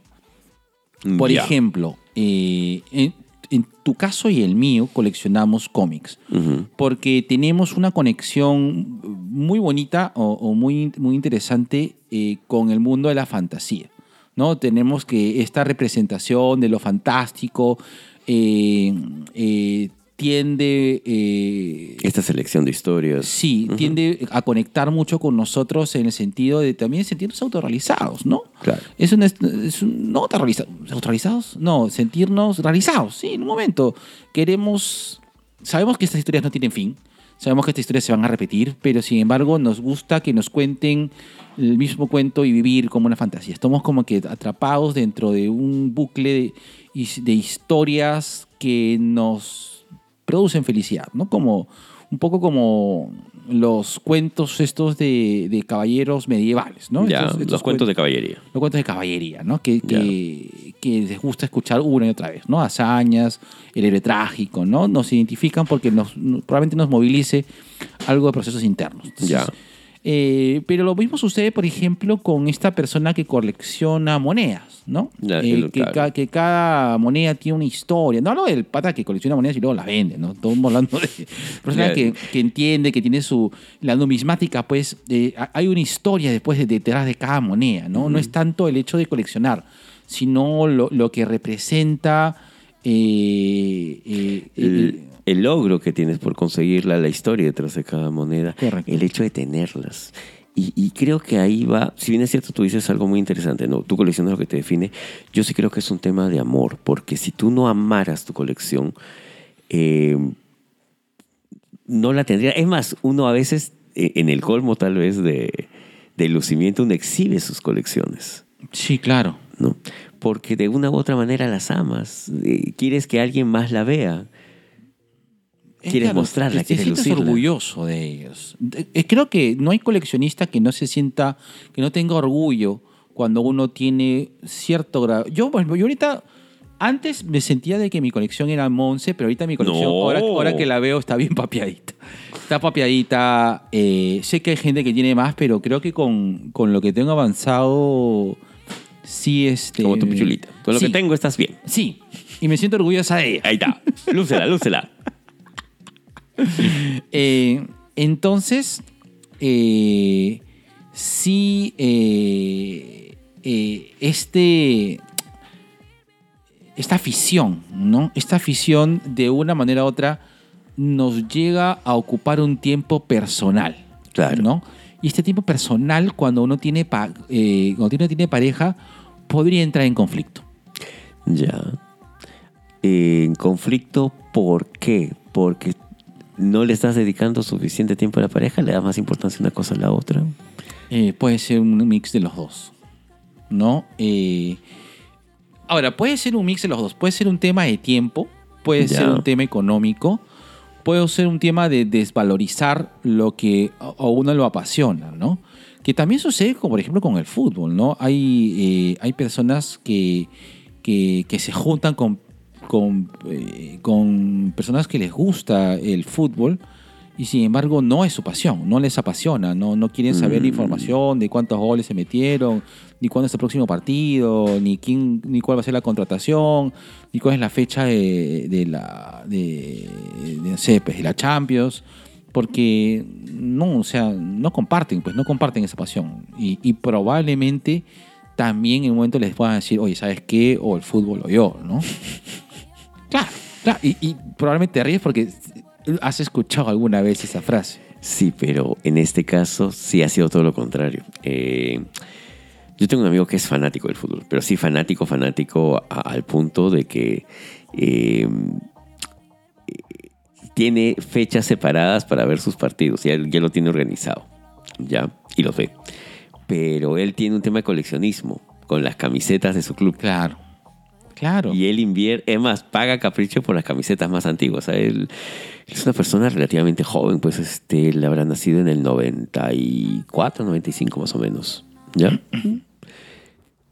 Por Ya. ejemplo, eh, en, en tu caso y el mío coleccionamos cómics Ujú. porque tenemos una conexión muy bonita o, o muy, muy interesante eh, con el mundo de la fantasía. ¿no? Tenemos que esta representación de lo fantástico eh, eh, tiende... eh, Esta selección de historias. Sí, Ujú. tiende a conectar mucho con nosotros en el sentido de también sentirnos autorrealizados, ¿no? Claro. Es un, est- es un- no autorrealiza- autorrealizados, no, sentirnos realizados, sí, en un momento. Queremos, sabemos que estas historias no tienen fin, sabemos que estas historias se van a repetir, pero sin embargo nos gusta que nos cuenten el mismo cuento y vivir como una fantasía. Estamos como que atrapados dentro de un bucle de, his- de historias que nos producen felicidad, ¿no? Como un poco como los cuentos estos de, de caballeros medievales, ¿no? Ya, Estos- estos los cuentos de caballería. los cuentos de caballería, ¿no? Que, que, que les gusta escuchar una y otra vez, ¿no? Hazañas, el héroe trágico, ¿no? Nos identifican porque nos, no- probablemente nos movilice algo de procesos internos. Entonces, Ya. eh, pero lo mismo sucede, por ejemplo, con esta persona que colecciona monedas, ¿no? Ya, Eh, el- que, claro. ca- que cada moneda tiene una historia. No hablo del pata que colecciona monedas y luego las vende, ¿no? Estamos hablando de persona Ya. que, que entiende, que tiene su... La numismática, pues, eh, ha- hay una historia después de, detrás de cada moneda, ¿no? No es tanto el hecho de coleccionar, sino lo, lo que representa... eh, eh, eh, el, el logro que tienes por conseguirla, la historia detrás de cada moneda, Correcto. el hecho de tenerlas. Y, y creo que ahí va, si bien es cierto, tú dices algo muy interesante, ¿no? Tu colección es lo que te define. Yo sí creo que es un tema de amor, porque si tú no amaras tu colección, eh, no la tendría. Es más, uno a veces, eh, en el colmo tal vez de, del lucimiento, uno exhibe sus colecciones. sí, claro. ¿no? Porque de una u otra manera las amas, eh, quieres que alguien más la vea. Quieres Claro, mostrarla, te, quieres te sientes lucirla. orgulloso de ellos. De- eh, Creo que no hay coleccionista que no se sienta, que no tenga orgullo cuando uno tiene cierto grado. Yo, por ejemplo, yo ahorita, antes me sentía de que mi colección era Monse, pero ahorita mi colección, No. ahora, ahora que la veo, está bien papeadita. Está papeadita. eh, sé que hay gente que tiene más, pero creo que con, con lo que tengo avanzado, sí, este. Como tu pichulita. Con lo sí, que tengo estás bien. Sí. Y me siento orgullosa de ella. Ahí está. Lúcela, lúcela. Eh, entonces, eh, sí, eh, eh, este, esta afición, ¿no? Esta afición de una manera u otra nos llega a ocupar un tiempo personal. Claro. ¿no? Y este tiempo personal, cuando uno tiene, pa- eh, cuando uno tiene pareja, podría entrar en conflicto. Ya. En conflicto, ¿por qué? Porque no le estás dedicando suficiente tiempo a la pareja, le das más importancia a una cosa a la otra. Eh, puede ser un mix de los dos. ¿No? Eh, ahora, puede ser un mix de los dos. Puede ser un tema de tiempo, puede Ya. ser un tema económico, puede ser un tema de desvalorizar lo que a a uno lo apasiona, ¿no? Que también sucede, como por ejemplo, con el fútbol, ¿no? Hay, eh, hay personas que, que, que se juntan con, con, eh, con personas que les gusta el fútbol y sin embargo no es su pasión, no les apasiona, no, no quieren saber la información de cuántos goles se metieron, ni cuándo es el próximo partido, ni quién, ni cuál va a ser la contratación, ni cuál es la fecha de, de la de, de, no sé, pues, de la Champions, porque no, o sea, no comparten, pues no comparten esa pasión. Y, y probablemente también en un momento les puedan decir, oye, ¿sabes qué? O el fútbol o yo, ¿no? Claro, claro. Y, y probablemente te ríes porque has escuchado alguna vez esa frase. Sí, pero en este caso sí ha sido todo lo contrario. Eh, yo tengo un amigo que es fanático del fútbol, pero sí fanático, fanático a- al punto de que eh, eh, tiene fechas separadas para ver sus partidos, ya, ya lo tiene organizado, ya, y los ve. Pero él tiene un tema de coleccionismo con las camisetas de su club. Claro. Claro. Y él invierte, es más, paga capricho por las camisetas más antiguas. O sea, él es una persona relativamente joven, pues este, le habrá nacido en el 94, 95 más o menos. ¿Ya?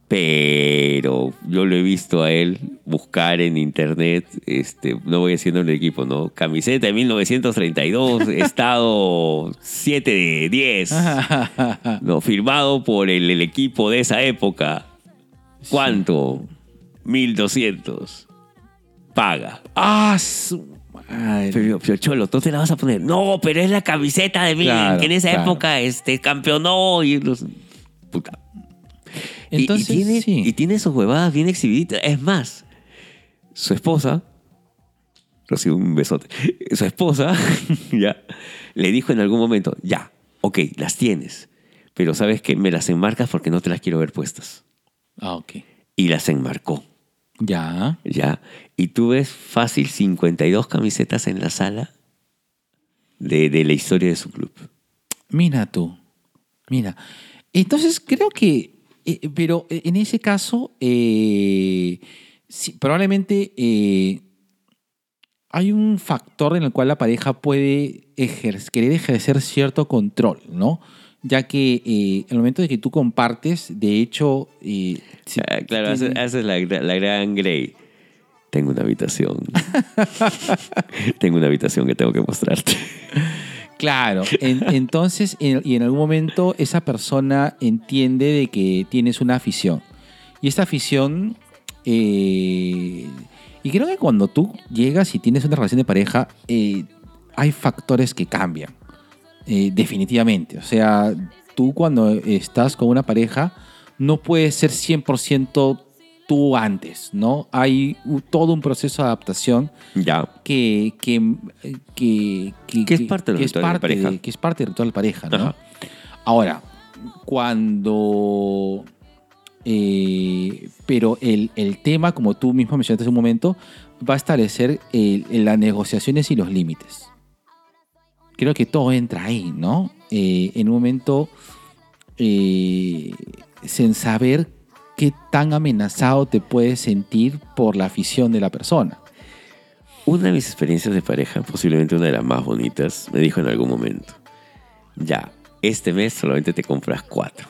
Pero yo lo he visto a él buscar en internet, este, no voy diciendo el equipo, ¿no? Camiseta de 1932, estado 7 de 10, no, firmado por el, el equipo de esa época. ¿Cuánto? 1200. Paga. Ah, su madre. Pero, pero, Cholo, tú te la vas a poner. No, pero es la camiseta de Milan, Claro, que en esa claro. época este, campeonó y los. Puta. Y- Entonces, y, tiene, sí. y tiene sus huevadas bien exhibiditas. Es más, su esposa. Recibo un besote. Su esposa, ya, le dijo en algún momento: Ya, ok, las tienes. Pero sabes que me las enmarcas porque no te las quiero ver puestas. Ah, ok. Y las enmarcó. Ya. ¿ya? Y tú ves fácil 52 camisetas en la sala de, de la historia de su club. Mira tú. Mira. Entonces creo que. eh, pero en ese caso. eh, sí, probablemente. eh, hay un factor en el cual la pareja puede ejer- querer ejercer cierto control, ¿no? Ya que eh, el momento de que tú compartes, de hecho. eh, si- Ah, claro, esa tiene- esa es la, gra- la gran Grey. Tengo una habitación. tengo una habitación que tengo que mostrarte. Claro, en- entonces, en- y en algún momento esa persona entiende de que tienes una afición. Y esta afición, eh, y creo que cuando tú llegas y tienes una relación de pareja, eh, hay factores que cambian, eh, definitivamente. O sea, tú cuando estás con una pareja, no puedes ser 100% tú antes, ¿no? Hay u- todo un proceso de adaptación Ya. que, que, que, Que es parte del que ritual de la parte pareja. que es parte del ritual de pareja, ¿no? Ajá. Ahora, cuando... eh, pero el, el tema, como tú mismo mencionaste hace un momento, va a establecer el- el- las negociaciones y los límites. Creo que todo entra ahí, ¿no? Eh, en un momento, eh, sin saber qué tan amenazado te puedes sentir por la afición de la persona. Una de mis experiencias de pareja, posiblemente una de las más bonitas, me dijo en algún momento: Ya, este mes solamente te compras cuatro.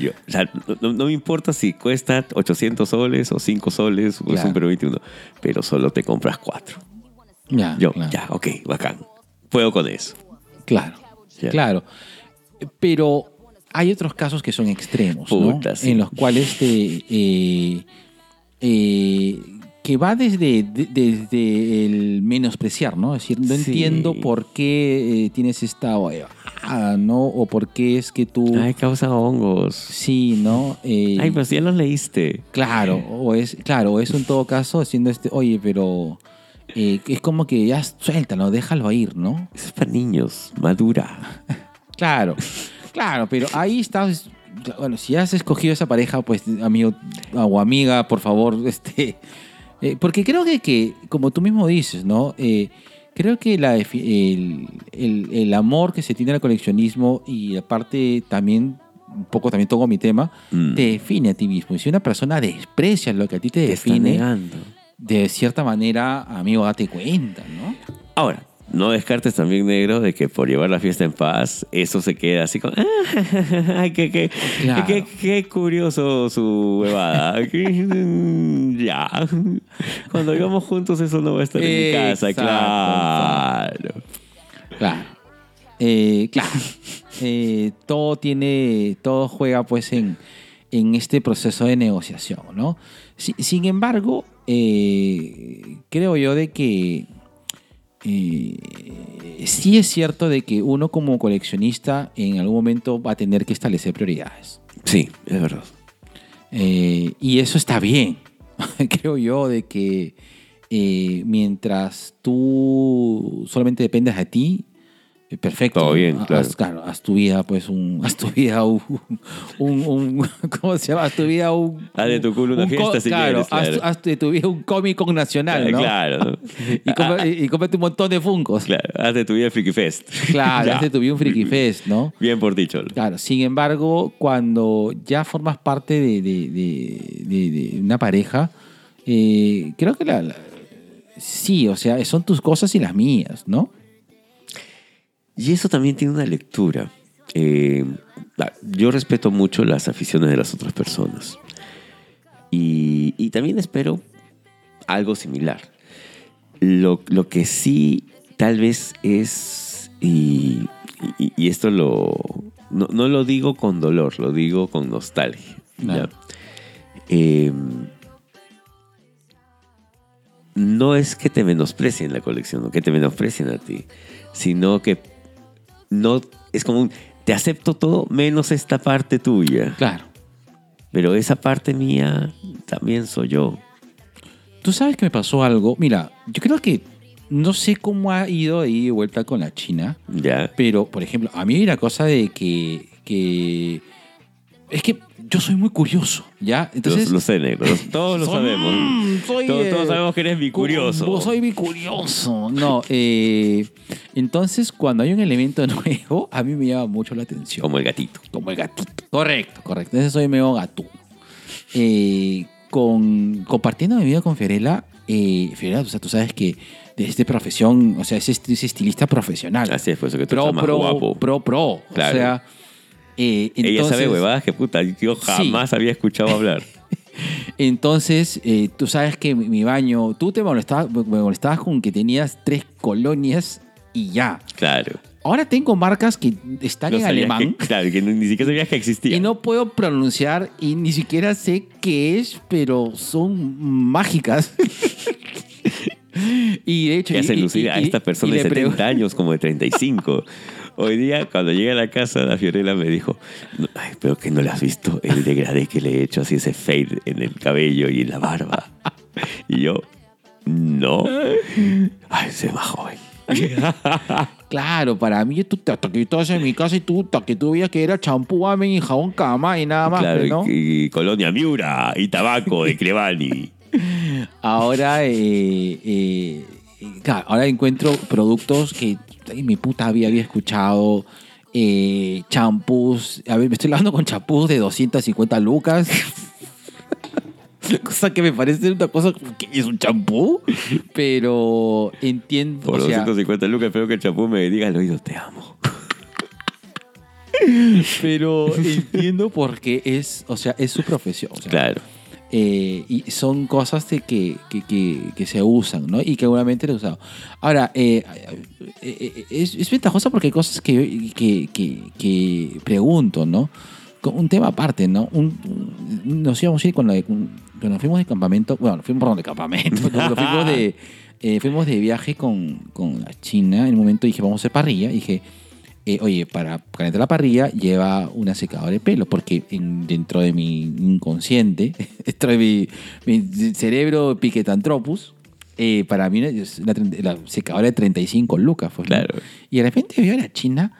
Yo, o sea, no- no, no me importa si cuesta 800 soles o 5 soles o es Claro. un Pro 21, pero solo te compras 4. Ya, Yo, claro. ya, ok, bacán. Puedo con eso. Claro, Ya. claro. Pero hay otros casos que son extremos, ¿no? Puta, sí. En los cuales te... eh, eh, que va desde, de- desde el menospreciar, ¿no? Es decir, no Sí. entiendo por qué eh, tienes esta... nada, ¿no? O por qué es que tú... Ay, causa hongos. Sí, ¿no? Ay, Eh, pues, eh. pero si ya los leíste. Claro, o es, claro, o eso en todo caso, haciendo este, oye, pero eh, es como que ya suéltalo, déjalo ir, ¿no? Eso es para niños. Madura. Claro, claro, pero ahí estás. Bueno, si has escogido esa pareja, pues amigo o amiga, por favor, este. eh, porque creo que, que, como tú mismo dices, ¿no? Eh, creo que la, defi- el, el- el amor que se tiene al coleccionismo y aparte también, un poco también toco mi tema, Mm. te define a ti mismo. Y si una persona desprecia lo que a ti te, Te está define, negando. de cierta manera, amigo, date cuenta, ¿no? Ahora, no descartes también, negro, de que por llevar la fiesta en paz, eso se queda así como. ¡Ah! ¡Qué, qué, Claro. qué- qué curioso su huevada! Qué- ya. Cuando vivamos juntos, eso no va a estar en mi casa, Exacto, claro. Claro. Eh, claro. Eh, todo tiene. Todo juega pues en, en este proceso de negociación, ¿no? Si- sin embargo, eh, creo yo de que. eh, sí es cierto de que uno como coleccionista en algún momento va a tener que establecer prioridades. Sí, es verdad. Eh, y eso está bien. Creo yo de que eh, mientras tú solamente dependes de ti, eh, perfecto. Todo bien, Haz- claro. Haz, tu vida, pues, un. Haz tu vida un. un- un- ¿Cómo se llama? Haz tu vida un. Haz de tu culo una un co- fiesta si claro, quieres, haz, claro. Eh, tu- haz de tu vida un cómic nacional, ¿no? Claro. Ah, Y, come- y- y cómete un montón de funcos. Claro, haz de tu vida Freaky Fest. Claro, Ya. haz de tu vida un friki fest, ¿no? Bien por dicho. Claro, sin embargo, cuando ya formas parte de, de- de- de- de una pareja, eh, creo que la, la- sí, o sea, son tus cosas y las mías, ¿no? Y eso también tiene una lectura. Eh, la- yo respeto mucho las aficiones de las otras personas. Y, y también espero algo similar. Lo, lo que sí tal vez es, y, y- y esto lo, no, no lo digo con dolor, lo digo con nostalgia. ¿ya? Claro. Eh, no es que te menosprecien la colección o que te menosprecien a ti, sino que no es como un, te acepto todo menos esta parte tuya, Claro. pero esa parte mía también soy yo. Tú sabes que me pasó algo. Mira, yo creo que no sé cómo ha ido de ida y vuelta con la China, Ya. pero, por ejemplo, a mí hay una cosa de que, que es que yo soy muy curioso, ¿ya? Entonces, Los- los sé, negro, los- todos lo Soy- sabemos. mm, soy, todos, eh, todos sabemos que eres bicurioso. Cu- Soy bicurioso. No, eh, entonces cuando hay un elemento nuevo, a mí me llama mucho la atención. Como el gatito. Como el gatito. Correcto, correcto. Entonces soy medio gatú. Eh, con, compartiendo mi vida con Fiorella, eh, Fiorella, o sea, tú sabes que de esta profesión, o sea, es, est- es estilista profesional. Así es, por eso que tú pro, estás más pro, guapo. pro, pro. Claro. O sea, eh, Ella sabe entonces- huevadas que puta, yo jamás había escuchado hablar. Entonces, eh, tú sabes que mi, mi baño, tú te molestabas, me molestabas con que tenías tres colonias y ya. Claro. Ahora tengo marcas que están No en sabías alemán que- claro, que ni ni siquiera sabías que existía. y no puedo pronunciar y ni siquiera sé qué es, pero son mágicas. y de hecho... que hace y- y- lucir a y- esta persona y de le pregun- 70 años, como de 35. Hoy día, cuando llegué a la casa, la Fiorella me dijo, "No, ay, pero que no la has visto, el degradé que le he hecho así ese fade en el cabello y en la barba. Y yo, no. Ay, se va joven. Claro, para mí tú te toquitas en mi casa y tú que tú veías que era champú, amén, y jabón cama y nada más. claro, pues, ¿no? y, y Colonia Miura y tabaco de Clevani. Ahora, eh, eh, claro, ahora encuentro productos que en mi puta vida había escuchado. eh, champús. A ver, me estoy lavando con champús de 250 lucas. cosa que me parece una cosa que es un champú. Pero entiendo. Por o sea, 250 lucas, espero que el chapú me diga al oído, te amo. pero entiendo porque es, o sea, es su profesión. o sea, Claro. Eh, y son cosas de que, que, que- que se usan, ¿no? Y que seguramente lo he usado. Ahora, eh, eh, es, es ventajoso porque hay cosas que, que, que- que pregunto, ¿no? Con Un tema aparte, ¿no? Un- un- nos íbamos a ir cuando, cuando fuimos de campamento, bueno, fuimos, perdón, de campamento, cuando fuimos de, eh, fuimos de viaje con, con la China, en un momento dije, vamos a hacer parrilla, y dije, eh, oye, para calentar la parrilla lleva una secadora de pelo, porque en- dentro de mi inconsciente, dentro de mi, mi cerebro piquetantropus, eh, para mí es una tre- la secadora de 35 lucas. Pues, ¿no? Claro. Y de repente veo a la china,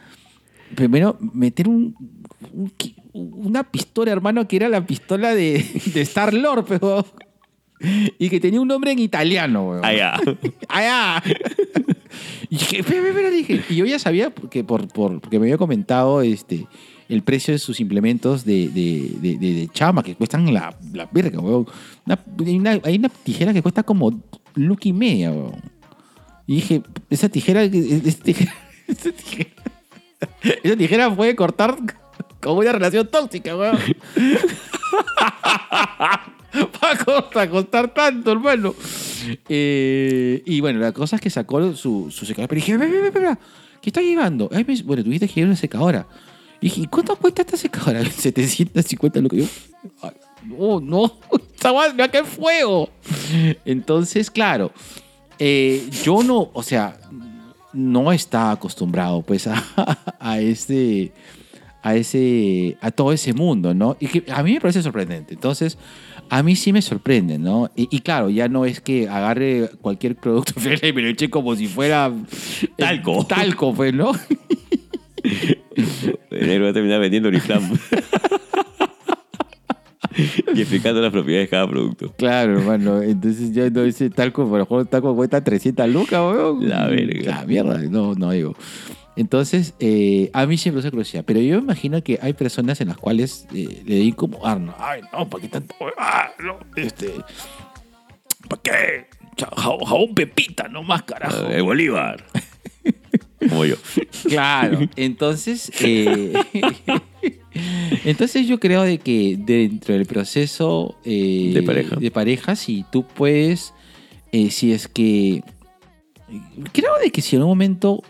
primero meter un, un qui- una pistola, hermano, que era la pistola de, de Star-Lord, pero... Y que tenía un nombre en italiano, weón. Allá. ¡Allá! Ah, Y dije, espera, espera, espera", dije. Y yo ya sabía que por, por, porque me había comentado este, el precio de sus implementos de, de, de, de- de chama, que cuestan la, la verga, weón. Una- hay, una, hay una tijera que cuesta como look y media, weón. Y dije, esa tijera, esa tijera, esa tijera, esa tijera puede cortar como una relación tóxica, weón. Va a costar tanto, hermano. Eh, y bueno, la cosa es que sacó su, su secadora. Pero dije, "Ve, ve, ve, ve, ve, ¿qué está llevando? Ay, me- bueno, tuviste que llevar una secadora. Y dije, ¿y cuánto cuesta esta secadora? 750 lo que yo. "Ay, No, no, esta madre, mira qué fuego. Entonces, claro, eh, yo no, o sea, no está acostumbrado pues a, a este a ese a todo ese mundo no y que a mí me parece sorprendente entonces a mí sí me sorprende no y, y claro ya no es que agarre cualquier producto y me lo eche como si fuera eh, Talco. talco pues no El negro va a terminar vendiendo oriflam. y explicando las propiedades de cada producto. Claro, hermano. Entonces ya no dice talco, por ejemplo, talco cuesta 300 lucas, weón. La verga. La mierda. No, no digo. Entonces, eh, a mí siempre se crucía. Pero yo me imagino que hay personas en las cuales eh, le di como, ah, no, ay, no, ¿para qué tanto? Ah, no, este, ¿para qué? Ja- Jabón, pepita, no más, carajo. El Bolívar. Como yo. Claro, entonces, eh, entonces yo creo de que dentro del proceso eh, De pareja. de pareja, si tú puedes, eh, si es que creo de que si en un momento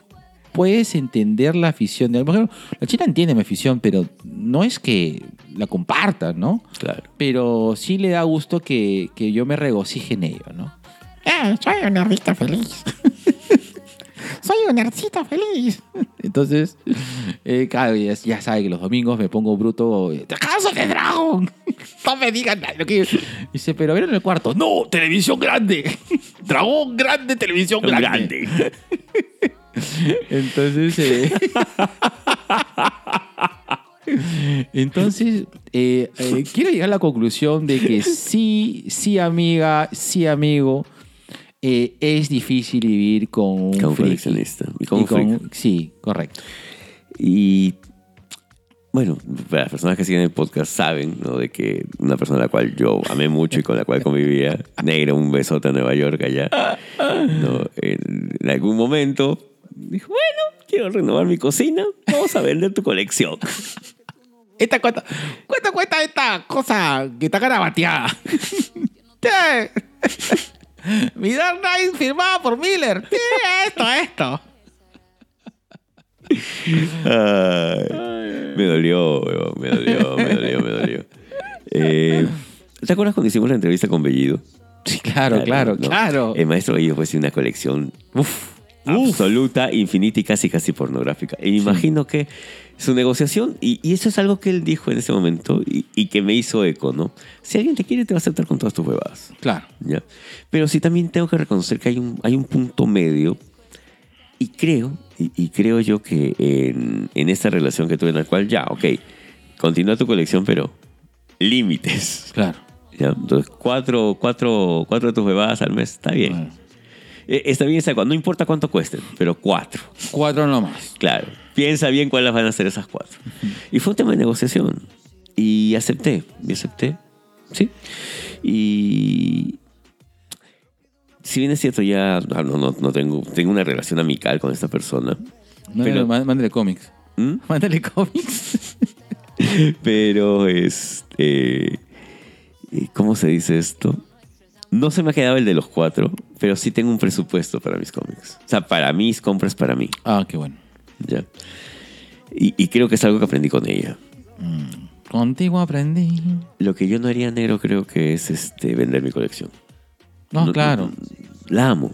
puedes entender la afición de alguien, la China entiende mi afición, pero no es que la comparta, ¿no? Claro. Pero sí le da gusto que, que yo me regocije en ello, ¿no? Eh, soy una rita feliz. soy una rita feliz. Entonces, eh, claro, ya, ya sabe que los domingos me pongo bruto. eh, ¡Te acabas de dragón! No me digan nada. lo que- Dice, pero vieron el cuarto. ¡No! ¡Televisión grande! ¡Dragón grande, televisión grande! Entonces. eh, Entonces, eh, eh, quiero llegar a la conclusión de que sí, sí, amiga, sí, amigo, eh, es difícil vivir con un Con un friki. coleccionista. Y con un Y con- friki. Sí, correcto. Y bueno, para las personas que siguen el podcast saben, ¿no? De que una persona a la cual yo amé mucho y con la cual convivía, negro, un besote a Nueva York allá, ¿no? En, en algún momento dijo, bueno, quiero renovar mi cocina, vamos a vender tu colección. Esta cuenta, cuenta, cuenta esta cosa que está garabateada. Che. Mi Dark Knight firmada por Miller. Che, Esto, esto. Ay, me dolió, huevón, me dolió, me dolió, me dolió. Eh, ¿Te acuerdas cuando hicimos la entrevista con Bellido? Sí, claro, claro, ¿no? claro. El maestro Bellido fue una colección Uf, absoluta, infinita y casi casi pornográfica. E imagino que su negociación, y, y eso es algo que él dijo en ese momento y, y que me hizo eco, ¿no? Si alguien te quiere, te va a aceptar con todas tus huevadas, claro. ¿ya? Pero sí también tengo que reconocer que hay un, hay un punto medio y creo, y, y creo yo que en, en esta relación que tuve en la cual, ya, ok, continúa tu colección, pero límites. Claro. ¿ya? Entonces, cuatro, cuatro, cuatro de tus bebadas al mes, está bien. Bueno. Eh, Está bien, está, no importa cuánto cuesten, pero cuatro. Cuatro nomás. Claro. Piensa bien cuáles van a ser esas cuatro. Y fue un tema de negociación. Y acepté. Y acepté. Sí. Y. Si bien es cierto, ya ah, no, no, no tengo, tengo una relación amical con esta persona. Mándale, Pero- má- mándale cómics. ¿Mm? Mándale cómics. Pero este. eh, ¿Cómo se dice esto? No se me ha quedado el de los cuatro, pero sí tengo un presupuesto para mis cómics. O sea, para mis compras, para mí. Ah, qué bueno. ¿ya? Y, y creo que es algo que aprendí con ella. Contigo aprendí. Lo que yo no haría negro creo que es este, vender mi colección. No, claro. La amo.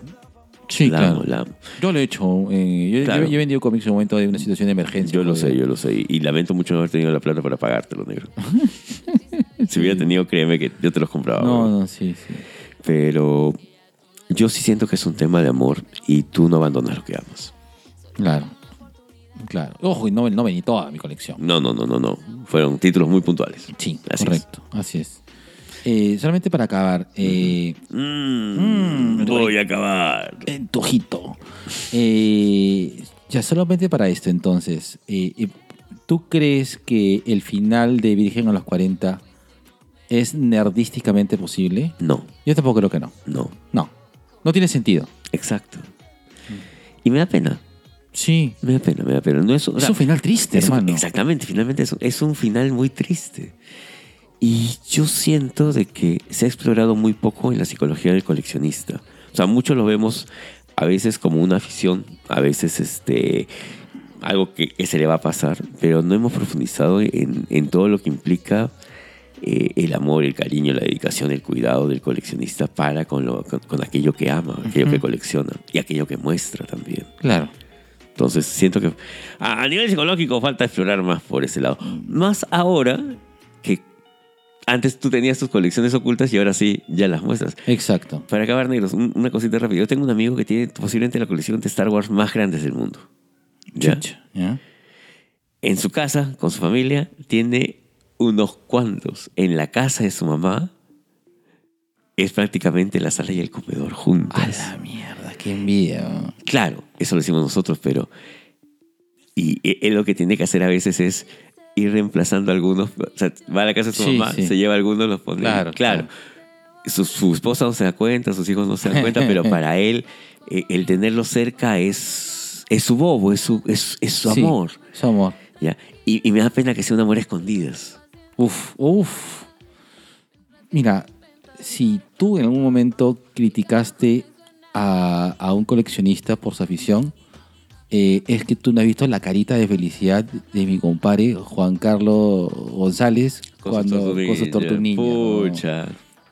Sí, La claro. amo, la amo. Yo lo he hecho. eh, yo, Claro. yo- yo he vendido cómics en un momento de una situación de emergencia. Yo lo joder. sé, yo lo sé. Y, y lamento mucho no haber tenido la plata para pagártelo, negro. si hubiera tenido, créeme que yo te los compraba. No, weón. no, sí, sí. Pero yo sí siento que es un tema de amor y tú no abandonas lo que amas. Claro. Claro. Ojo, y no, no vení toda mi colección. No, no, no, no, no. Fueron títulos muy puntuales. Sí, Así es. correcto. Así es. Eh, solamente para acabar, eh, Mm, voy a acabar. en tu ojito. Eh, ya solamente para esto, entonces. eh, eh, ¿Tú crees que el final de Virgen a los 40 es nerdísticamente posible? No, Yo tampoco creo que no. no. No. No tiene sentido. Exacto. Y me da pena. Sí. Me da pena, me da pena. No es, o Es sea, un final triste, es un- hermano. exactamente, finalmente es un, es un final muy triste. Y yo siento de que se ha explorado muy poco en la psicología del coleccionista. O sea, muchos lo vemos a veces como una afición, a veces este algo que, que se le va a pasar, pero no hemos profundizado en, en todo lo que implica eh, el amor, el cariño, la dedicación, el cuidado del coleccionista para con, lo- con- con aquello que ama, aquello que Ujú. colecciona y aquello que muestra también. Claro. Entonces siento que a, a nivel psicológico falta explorar más por ese lado. Mm. Más ahora que antes tú tenías tus colecciones ocultas y ahora sí ya las muestras. Exacto. Para acabar, negros, un- una cosita rápida. Yo tengo un amigo que tiene posiblemente la colección de Star Wars más grande del mundo. ¿Ya? Chucha, ¿ya? En su casa, con su familia, tiene unos cuantos. En la casa de su mamá es prácticamente la sala y el comedor juntos. A la mierda, qué envidia. ¿no? Claro, eso lo hicimos nosotros, pero. Y e- él lo que tiene que hacer a veces es ir reemplazando algunos. O sea, va a la casa de su Sí, mamá, sí. se lleva algunos, los pone. Claro, claro. Su, su esposa no se da cuenta, sus hijos no se dan cuenta, pero para él, eh, el tenerlo cerca es, es su bobo, es su, es, es su Sí, amor. Su amor. ¿ya? Y, y me da pena que sea un amor a escondidas. Uf, uf. Mira, si tú en algún momento criticaste a, a un coleccionista por su afición, eh, es que tú no has visto la carita de felicidad de mi compadre Juan Carlos González cuando con sus tortunillas. ¿no? Pucha.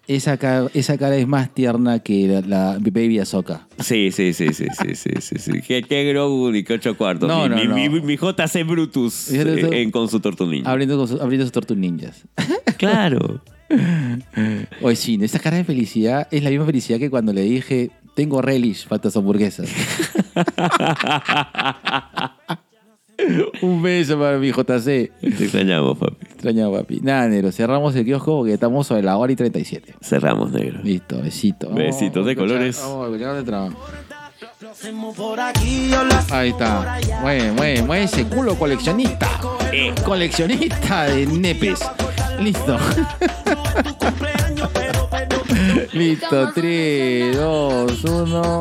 Esa, cara, esa cara es más tierna que la, la Baby Azoka. Sí, sí, sí, sí, sí, sí, sí, sí. Qué, qué Grogu ni qué ocho cuartos. No, mi, no, mi- no. mi- mi JC Brutus Yo te- eh, en- con su tortunilla. Abriendo, con su- abriendo sus Tortu Ninjas. Claro. Oye, sí, esa cara de felicidad es la misma felicidad que cuando le dije, tengo relish patas hamburguesas. Un beso para mi JC. Te extrañamos, papi. Extrañado, papi. Nada, negro, cerramos el kiosco porque estamos sobre la hora y 37. Cerramos, negro. Listo, besito. Vamos, Besitos vamos a de escuchar- colores. Vamos a escuchar de trabajo. Ahí está. Mueve, mueve, mueve ese culo coleccionista. Coleccionista de nepes. Listo. Listo, 3, 2, 1.